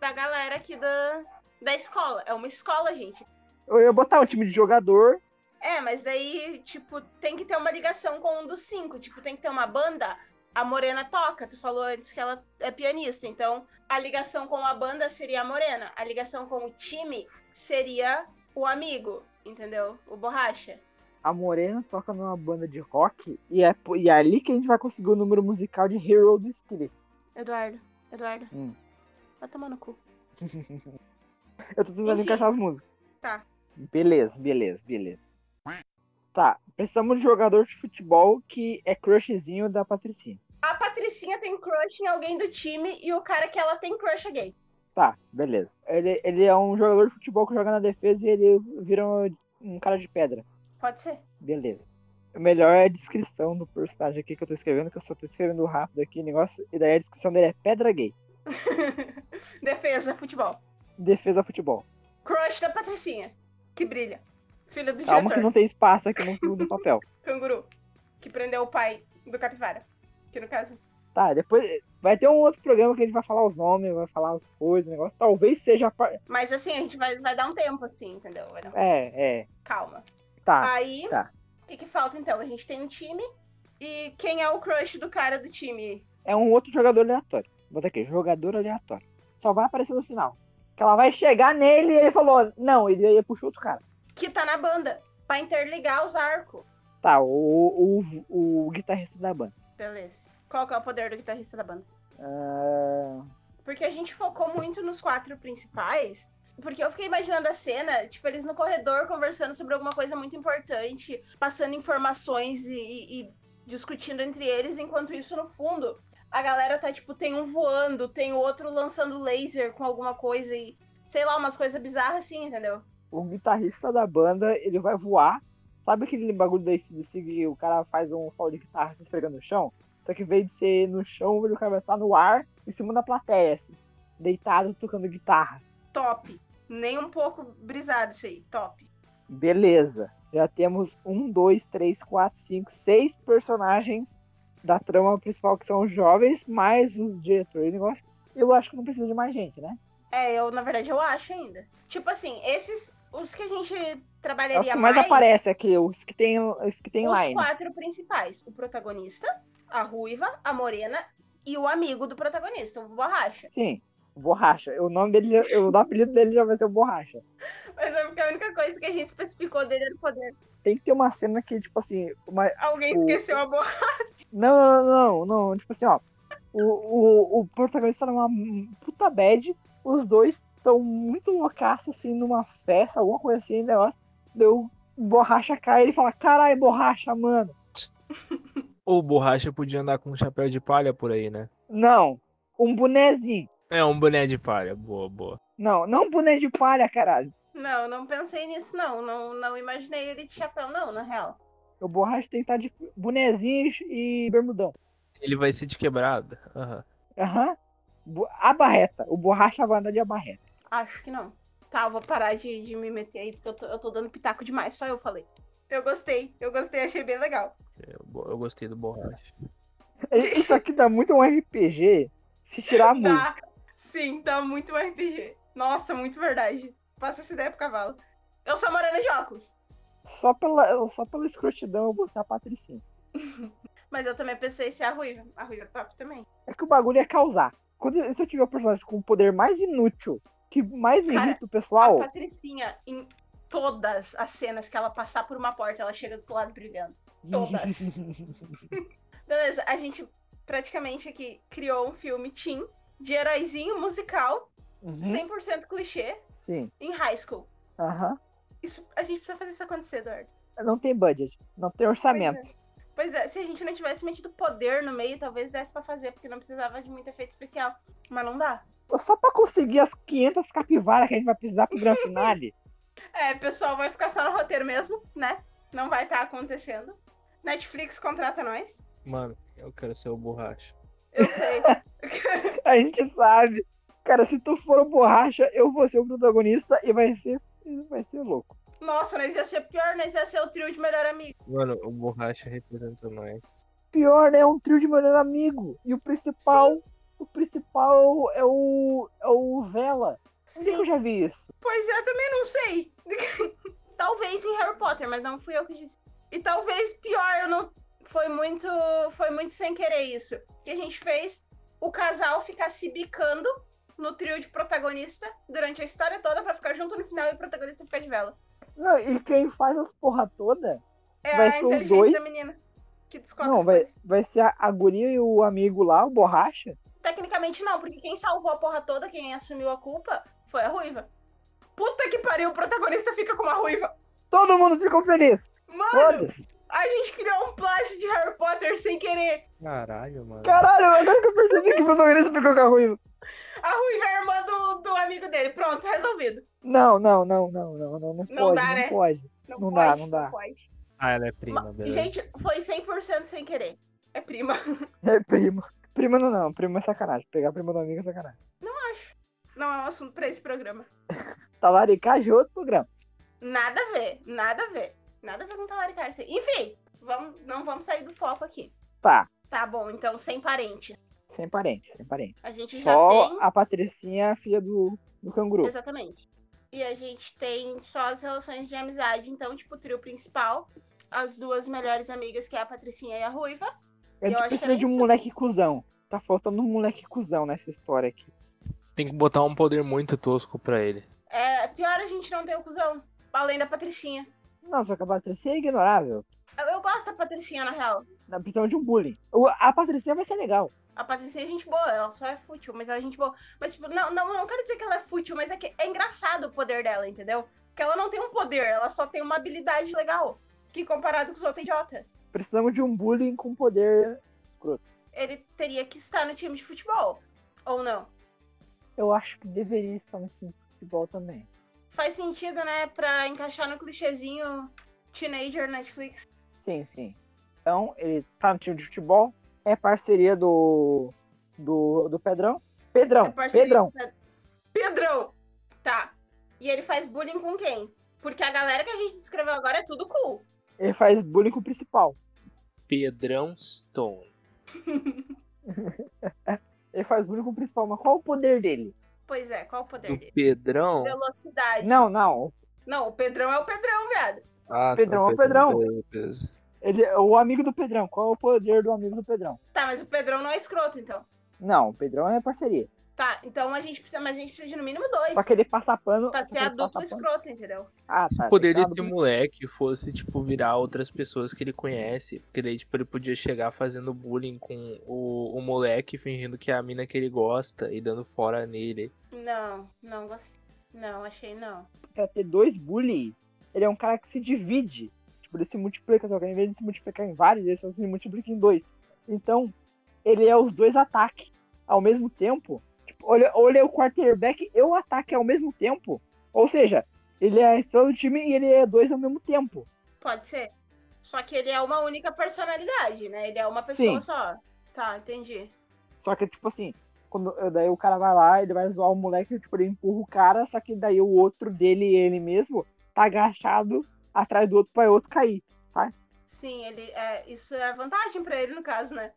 Speaker 2: da galera aqui da, da escola. É uma escola, gente.
Speaker 1: Eu ia botar um time de jogador.
Speaker 2: É, mas daí, tipo, tem que ter uma ligação com um dos cinco. Tipo, tem que ter uma banda. A Morena toca, tu falou antes que ela é pianista. Então, a ligação com a banda seria a Morena. A ligação com o time seria o amigo, entendeu? O Borracha.
Speaker 1: A Morena toca numa banda de rock. E é, po- e é ali que a gente vai conseguir o número musical de Hero do Skillet.
Speaker 2: Eduardo, Eduardo.
Speaker 1: Hum.
Speaker 2: Vai tomar no cu.
Speaker 1: Eu tô tentando
Speaker 2: Enfim.
Speaker 1: encaixar as músicas.
Speaker 2: Tá.
Speaker 1: Beleza, beleza, beleza. Tá, precisamos de jogador de futebol que é crushzinho da Patricinha.
Speaker 2: A Patricinha tem crush em alguém do time e o cara que ela tem crush é gay.
Speaker 1: Tá, beleza. Ele, ele é um jogador de futebol que joga na defesa e ele vira um, um cara de pedra.
Speaker 2: Pode ser.
Speaker 1: Beleza. O melhor é a descrição do personagem aqui que eu tô escrevendo, que eu só tô escrevendo rápido aqui o negócio. E daí a descrição dele é pedra gay.
Speaker 2: Defesa, futebol.
Speaker 1: Defesa futebol.
Speaker 2: Crush da Patricinha, que brilha. Filha do
Speaker 1: Calma
Speaker 2: diretor.
Speaker 1: que não tem espaço aqui no, no papel.
Speaker 2: Canguru, que prendeu o pai do capivara. Que no caso.
Speaker 1: Tá, depois vai ter um outro programa que a gente vai falar os nomes, vai falar as coisas, o negócio. Talvez seja. a par-
Speaker 2: Mas assim, a gente vai, vai dar um tempo, assim, entendeu? Vai dar um-
Speaker 1: É, é.
Speaker 2: Calma.
Speaker 1: Tá.
Speaker 2: Aí,
Speaker 1: tá.
Speaker 2: o que, que falta então? A gente tem um time. E quem é o crush do cara do time?
Speaker 1: É um outro jogador aleatório. Bota aqui, jogador aleatório. Só vai aparecer no final. Que ela vai chegar nele e ele falou, não, e daí puxou outro cara.
Speaker 2: Que tá na banda. Pra interligar os arcos.
Speaker 1: Tá, o, o, o guitarrista da banda.
Speaker 2: Beleza. Qual que é o poder do guitarrista da banda?
Speaker 1: Ah,
Speaker 2: Porque a gente focou muito nos quatro principais. Porque eu fiquei imaginando a cena, tipo, eles no corredor conversando sobre alguma coisa muito importante, passando informações e, e- e discutindo entre eles, enquanto isso, no fundo, a galera tá, tipo, tem um voando, tem o outro lançando laser com alguma coisa e, sei lá, umas coisas bizarras assim, entendeu?
Speaker 1: o guitarrista da banda, ele vai voar. Sabe aquele bagulho da ACDC que o cara faz um pau de guitarra se esfregando no chão? Só que em vez de ser no chão, o cara vai estar no ar, em cima da plateia, assim, deitado, tocando guitarra.
Speaker 2: Top. Nem um pouco brisado isso aí, top.
Speaker 1: Beleza. Já temos um, dois, três, quatro, cinco, seis personagens da trama principal que são os jovens, mais os diretores de negócio. Eu acho que não precisa de mais gente, né?
Speaker 2: É, eu, na verdade, eu acho ainda. Tipo assim, esses, os que a gente
Speaker 1: É os
Speaker 2: trabalharia
Speaker 1: que mais
Speaker 2: mais
Speaker 1: aparece aqui, os que tem, os que tem
Speaker 2: Os
Speaker 1: line.
Speaker 2: quatro principais: o protagonista, a ruiva, a morena e o amigo do protagonista, o borracha.
Speaker 1: Sim, o Borracha. O nome dele, o nome apelido dele já vai ser o Borracha.
Speaker 2: Mas é porque a única coisa que a gente especificou dele era o poder.
Speaker 1: Tem que ter uma cena que, tipo assim, uma...
Speaker 2: Alguém
Speaker 1: O-
Speaker 2: esqueceu a borracha.
Speaker 1: não, não, não, não, tipo assim, ó. O, o, o protagonista tá numa puta bad, os dois estão muito loucaços, assim, numa festa, alguma coisa assim, negócio. Deu borracha cai, ele fala, caralho, borracha, mano.
Speaker 3: Ou borracha podia andar com um chapéu de palha por aí, né?
Speaker 1: Não, um bonezinho.
Speaker 3: É, um boné de palha. Boa, boa.
Speaker 1: Não, não um boné de palha, caralho.
Speaker 2: Não, não pensei nisso, não. Não, não imaginei ele de chapéu, não, na real.
Speaker 1: O borracha tem que estar de bonezinho e bermudão.
Speaker 3: Ele vai ser de quebrada. Aham.
Speaker 1: Aham. Bo- A barreta. O borracha vai andar de barreta.
Speaker 2: Acho que não. Tá, eu vou parar de, de me meter aí, porque eu tô, eu tô dando pitaco demais, só eu falei. Eu gostei, eu gostei, achei bem legal.
Speaker 3: Eu, bo- eu gostei do borracha.
Speaker 1: I- Isso aqui dá muito um RPG se tirar a música.
Speaker 2: Dá, Tá? sim, dá muito um RPG. Nossa, muito verdade. Passa essa ideia pro cavalo. Eu sou a morena de óculos.
Speaker 1: Só pela, só pela escrotidão eu vou botar a Patricinha.
Speaker 2: Mas eu também pensei se é a Ruiva. A Ruiva é top também.
Speaker 1: É que o bagulho é causar. Quando eu- se eu tiver um personagem com o poder mais inútil, que mais
Speaker 2: Cara,
Speaker 1: irrita o
Speaker 2: A
Speaker 1: pessoal,
Speaker 2: Patricinha, em todas as cenas que ela passar por uma porta, ela chega do lado brilhando. todas. Beleza, a gente praticamente aqui criou um filme teen de heróizinho musical,
Speaker 1: Uhum,
Speaker 2: 100% clichê,
Speaker 1: Sim.
Speaker 2: em high school.
Speaker 1: Aham.
Speaker 2: Isso, a gente precisa fazer isso acontecer, Eduardo.
Speaker 1: Não tem budget, não tem orçamento.
Speaker 2: Pois é, se a gente não tivesse metido poder no meio, talvez desse pra fazer, porque não precisava de muito efeito especial. Mas não dá.
Speaker 1: Só pra conseguir as 500 capivaras que a gente vai precisar pro grande finale.
Speaker 2: É, pessoal, vai ficar só no roteiro mesmo, né? Não vai estar acontecendo. Netflix contrata nós.
Speaker 3: Mano, eu quero ser o borracha.
Speaker 2: Eu sei.
Speaker 1: A gente sabe. Cara, se tu for o borracha, eu vou ser o protagonista e vai ser, vai ser louco.
Speaker 2: Nossa, nós ia ser pior, nós ia ser o trio de melhor amigo.
Speaker 3: Mano, o borracha representa nós.
Speaker 1: pior, né? É um trio de melhor amigo. E o principal, o principal é o é o Vela. Onde é que eu
Speaker 2: Sim.
Speaker 1: já vi isso?
Speaker 2: Pois é, também não sei. talvez em Harry Potter, mas não fui eu que disse. E talvez pior, eu não. Foi muito. Foi muito sem querer isso. Que a gente fez o casal ficar se bicando no trio de protagonista durante a história toda pra ficar junto no final e o protagonista ficar de vela.
Speaker 1: Não, e quem faz as porra toda?
Speaker 2: É
Speaker 1: Vai
Speaker 2: a
Speaker 1: ser os
Speaker 2: inteligência
Speaker 1: dois?
Speaker 2: da menina. Que descobre
Speaker 1: não,
Speaker 2: as
Speaker 1: vai,
Speaker 2: coisas.
Speaker 1: vai ser a, a guria e o amigo lá, o borracha.
Speaker 2: Tecnicamente não, porque quem salvou a porra toda, quem assumiu a culpa, foi a Ruiva. Puta que pariu, o protagonista fica com uma Ruiva.
Speaker 1: Todo mundo ficou feliz.
Speaker 2: Mano,
Speaker 1: Foda-se.
Speaker 2: a gente criou um plágio de Harry Potter sem querer.
Speaker 3: Caralho, mano.
Speaker 1: Caralho, agora que eu percebi que o protagonista ficou com a ruiva.
Speaker 2: A Ruiva é a irmã do, do amigo dele. Pronto, resolvido.
Speaker 1: Não, não, não, não, não, não, não,
Speaker 2: Não
Speaker 1: pode,
Speaker 2: dá,
Speaker 1: não
Speaker 2: né?
Speaker 1: pode. Não dá, não dá.
Speaker 2: pode.
Speaker 3: Ah, ela é prima,
Speaker 2: Mas,
Speaker 3: beleza.
Speaker 2: gente, foi 100% sem querer. É prima.
Speaker 1: É primo. Prima não, não. Prima é sacanagem. Pegar prima do amigo é sacanagem.
Speaker 2: Não é um assunto pra esse programa.
Speaker 1: Talaricagem é outro programa.
Speaker 2: Nada a ver, nada a ver. Nada a ver com talaricagem. Enfim, vamos, não vamos sair do foco aqui.
Speaker 1: Tá.
Speaker 2: Tá bom, então sem parente.
Speaker 1: Sem parente, sem parente.
Speaker 2: A gente já
Speaker 1: Só
Speaker 2: tem.
Speaker 1: a Patricinha, filha do, do canguru.
Speaker 2: Exatamente. E a gente tem só as relações de amizade. Então, tipo, o trio principal, as duas melhores amigas, que é a Patricinha e a Ruiva.
Speaker 1: A
Speaker 2: eu acho
Speaker 1: gente
Speaker 2: que
Speaker 1: precisa
Speaker 2: era
Speaker 1: de um
Speaker 2: isso.
Speaker 1: moleque cuzão. Tá faltando um moleque cuzão nessa história aqui.
Speaker 3: Tem que botar um poder muito tosco pra ele.
Speaker 2: É pior a gente não ter o cuzão, além da Patricinha.
Speaker 1: Não, só que a Patricinha é ignorável.
Speaker 2: Eu, eu gosto da Patricinha, na real.
Speaker 1: Na precisamos de um bullying. O- A Patricinha vai ser legal.
Speaker 2: A Patricinha é gente boa, ela só é fútil, mas ela é gente boa. Mas, tipo, não, não, não quero dizer que ela é fútil, mas é que é engraçado o poder dela, entendeu? Porque ela não tem um poder, ela só tem uma habilidade legal. Que comparado com os outros, é idiota.
Speaker 1: Precisamos de um bullying com poder.
Speaker 2: Ele teria que estar no time de futebol. Ou não?
Speaker 1: Eu acho que deveria estar no time de futebol também.
Speaker 2: Faz sentido, né? Pra encaixar no clichêzinho teenager Netflix.
Speaker 1: Sim, sim. Então, ele tá no time de futebol. É parceria do. do, do Pedrão. Pedrão,
Speaker 2: É parceria
Speaker 1: Pedrão.
Speaker 2: com o Ped- Pedrão! Tá. E ele faz bullying com quem? Porque a galera que a gente descreveu agora é tudo cool.
Speaker 1: Ele faz bullying com o principal.
Speaker 3: Pedrão Stone.
Speaker 1: Ele faz bullying com o principal, mas qual o poder dele?
Speaker 2: Pois é, qual o poder
Speaker 3: Do
Speaker 2: dele?
Speaker 3: Pedrão?
Speaker 2: Velocidade.
Speaker 1: Não, não.
Speaker 2: Não, o Pedrão é o Pedrão, viado.
Speaker 3: Ah,
Speaker 1: Pedrão é o Pedrão.
Speaker 3: beleza.
Speaker 1: Ele, o amigo do Pedrão. Qual é o poder do amigo do Pedrão?
Speaker 2: Tá, mas o Pedrão não é escroto, então.
Speaker 1: Não, o Pedrão é parceria.
Speaker 2: Tá, então a gente precisa, mas a gente precisa de no mínimo dois.
Speaker 1: Pra que ele passar pano.
Speaker 2: Pra ser a
Speaker 1: ele
Speaker 2: dupla
Speaker 1: passar pano-
Speaker 2: escrota, entendeu?
Speaker 1: Ah,
Speaker 3: Se
Speaker 1: tá.
Speaker 3: o poder
Speaker 1: tem que ter uma
Speaker 3: desse
Speaker 1: dupla-
Speaker 3: moleque fosse, tipo, virar outras pessoas que ele conhece, porque daí, tipo, ele podia chegar fazendo bullying com o, o moleque, fingindo que é a mina que ele gosta e dando fora nele.
Speaker 2: Não, não gostei. Não, achei não.
Speaker 1: pra ter dois bully, ele é um cara que se divide. Tipo, ele se multiplica, só que ao invés de se multiplicar em vários, ele só se multiplica em dois. Então, ele é os dois ataques ao mesmo tempo. Tipo, olha, olha o quarterback e o ataque ao mesmo tempo. Ou seja, ele é a estrela do time e ele é dois ao mesmo tempo.
Speaker 2: Pode ser. Só que ele é uma única personalidade, né? Ele é uma
Speaker 1: Sim.
Speaker 2: pessoa só. Tá, entendi.
Speaker 1: Só que, tipo assim, quando daí o cara vai lá, ele vai zoar o moleque, tipo, ele empurra o cara, só que daí o outro dele, ele mesmo, tá agachado atrás do outro pra outro cair.
Speaker 2: Sim, ele é. Isso é vantagem pra ele, no caso, né?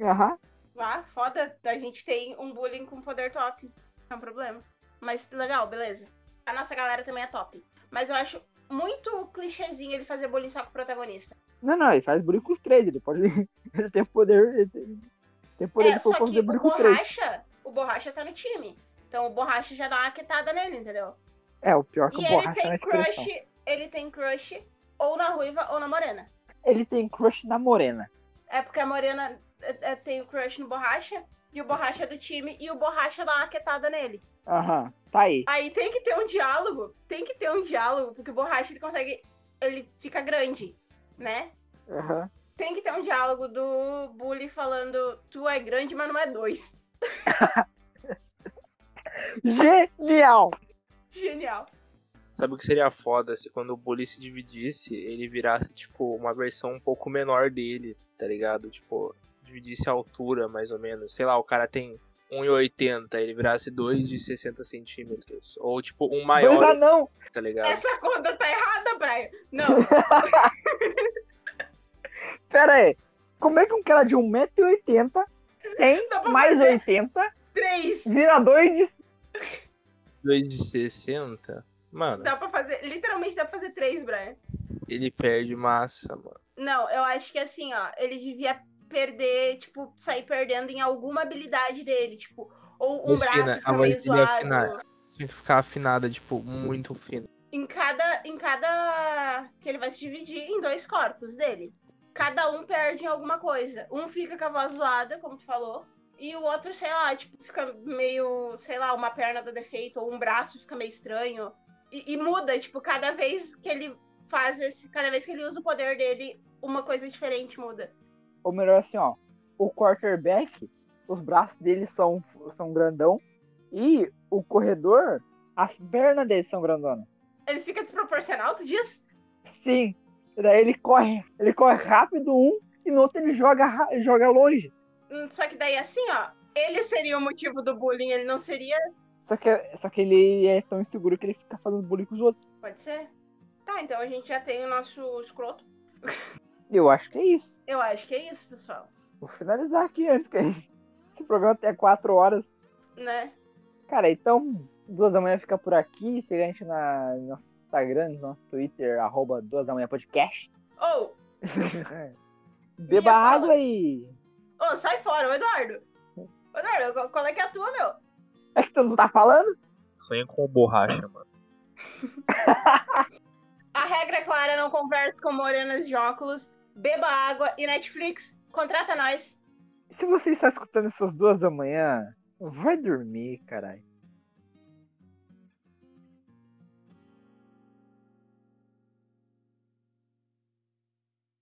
Speaker 1: Aham.
Speaker 2: Ah, foda. A gente tem um bullying com poder top. Não é um problema. Mas legal, beleza. A nossa galera também é top. Mas eu acho muito clichêzinho ele fazer bullying só com o protagonista.
Speaker 1: Não, não, ele faz bullying com os três, ele pode. Ele tem poder. Ele tem, tem poder
Speaker 2: é,
Speaker 1: de fazer
Speaker 2: só que o
Speaker 1: bullying com os três.
Speaker 2: Borracha, o Borracha tá no time. Então o Borracha já dá uma quietada nele, entendeu?
Speaker 1: É, o pior que
Speaker 2: E
Speaker 1: o
Speaker 2: ele
Speaker 1: borracha na
Speaker 2: tem
Speaker 1: expressão.
Speaker 2: crush, ele tem crush ou na ruiva ou na morena.
Speaker 1: Ele tem crush na morena.
Speaker 2: É porque a morena é, é, tem o crush no Borracha e o Borracha é do time e o Borracha dá uma quietada nele.
Speaker 1: Aham, tá aí.
Speaker 2: Aí tem que ter um diálogo, tem que ter um diálogo, porque o borracha ele consegue. Ele fica grande, né?
Speaker 1: Aham.
Speaker 2: Tem que ter um diálogo do Bully falando: Tu é grande, mas não é dois.
Speaker 1: Genial!
Speaker 2: Genial.
Speaker 3: Sabe o que seria foda se quando o bullying se dividisse, ele virasse, tipo, uma versão um pouco menor dele, tá ligado? Tipo, dividisse a altura, mais ou menos. Sei lá, o cara tem 1,80, ele virasse 2 de 60 centímetros. Ou, tipo, um
Speaker 1: Dois
Speaker 3: maior,
Speaker 1: anão!
Speaker 3: tá ligado?
Speaker 2: Essa conta tá errada, Brian. Não,
Speaker 1: Pera aí. Como é que um cara de 1,80m, 100
Speaker 2: Dá pra
Speaker 1: mais um.
Speaker 2: fazer.
Speaker 1: 80,
Speaker 2: três.
Speaker 1: vira dois de.
Speaker 3: 2 de 60? Mano,
Speaker 2: Dá pra fazer. Literalmente dá pra fazer três, Brian.
Speaker 3: ele perde massa, mano.
Speaker 2: Não, eu acho que assim, ó, ele devia perder, tipo, sair perdendo em alguma habilidade dele, tipo, ou um
Speaker 3: Imagina,
Speaker 2: braço
Speaker 3: a
Speaker 2: fica
Speaker 3: voz
Speaker 2: meio
Speaker 3: dele é
Speaker 2: zoado.
Speaker 3: afinada. Tinha que ficar afinada, tipo, muito fina.
Speaker 2: em cada, em cada. que ele vai se dividir em dois corpos dele. Cada um perde em alguma coisa. Um fica com a voz zoada, como tu falou, e o outro, sei lá, tipo, fica meio, sei lá, uma perna dá defeito, ou um braço fica meio estranho. E, e muda, tipo, cada vez que ele faz esse. Cada vez que ele usa o poder dele, uma coisa diferente muda.
Speaker 1: Ou melhor assim, ó. O quarterback, os braços dele são, são grandão. E o corredor, as pernas dele são grandonas.
Speaker 2: Ele fica desproporcional, tu diz?
Speaker 1: Sim. E daí ele corre, ele corre rápido um e no outro ele joga, ra- joga longe.
Speaker 2: Hum, Só que daí, assim, ó, ele seria o motivo do bullying, ele não seria?
Speaker 1: Só que, só que ele é tão inseguro que ele fica fazendo bullying com os outros.
Speaker 2: Pode ser? Tá, então a gente já tem o nosso escroto.
Speaker 1: Eu acho que é isso.
Speaker 2: Eu acho que é isso, pessoal.
Speaker 1: Vou finalizar aqui antes que esse programa até quatro horas.
Speaker 2: Né?
Speaker 1: Cara, então, duas da manhã fica por aqui. Siga a gente na, no nosso Instagram, no nosso Twitter, arroba duas da manhã podcast.
Speaker 2: Ou,
Speaker 1: Beba
Speaker 2: Ia falar.
Speaker 1: água e.
Speaker 2: ô, sai fora, ô Eduardo. Ô, Eduardo, qual- qual é que é a tua, meu?
Speaker 1: É que tu não tá falando?
Speaker 3: Sonha com borracha, mano.
Speaker 2: A regra é clara, não converse com morenas de óculos, beba água e Netflix, contrata nós.
Speaker 1: Se você está escutando essas duas da manhã, vai dormir, caralho.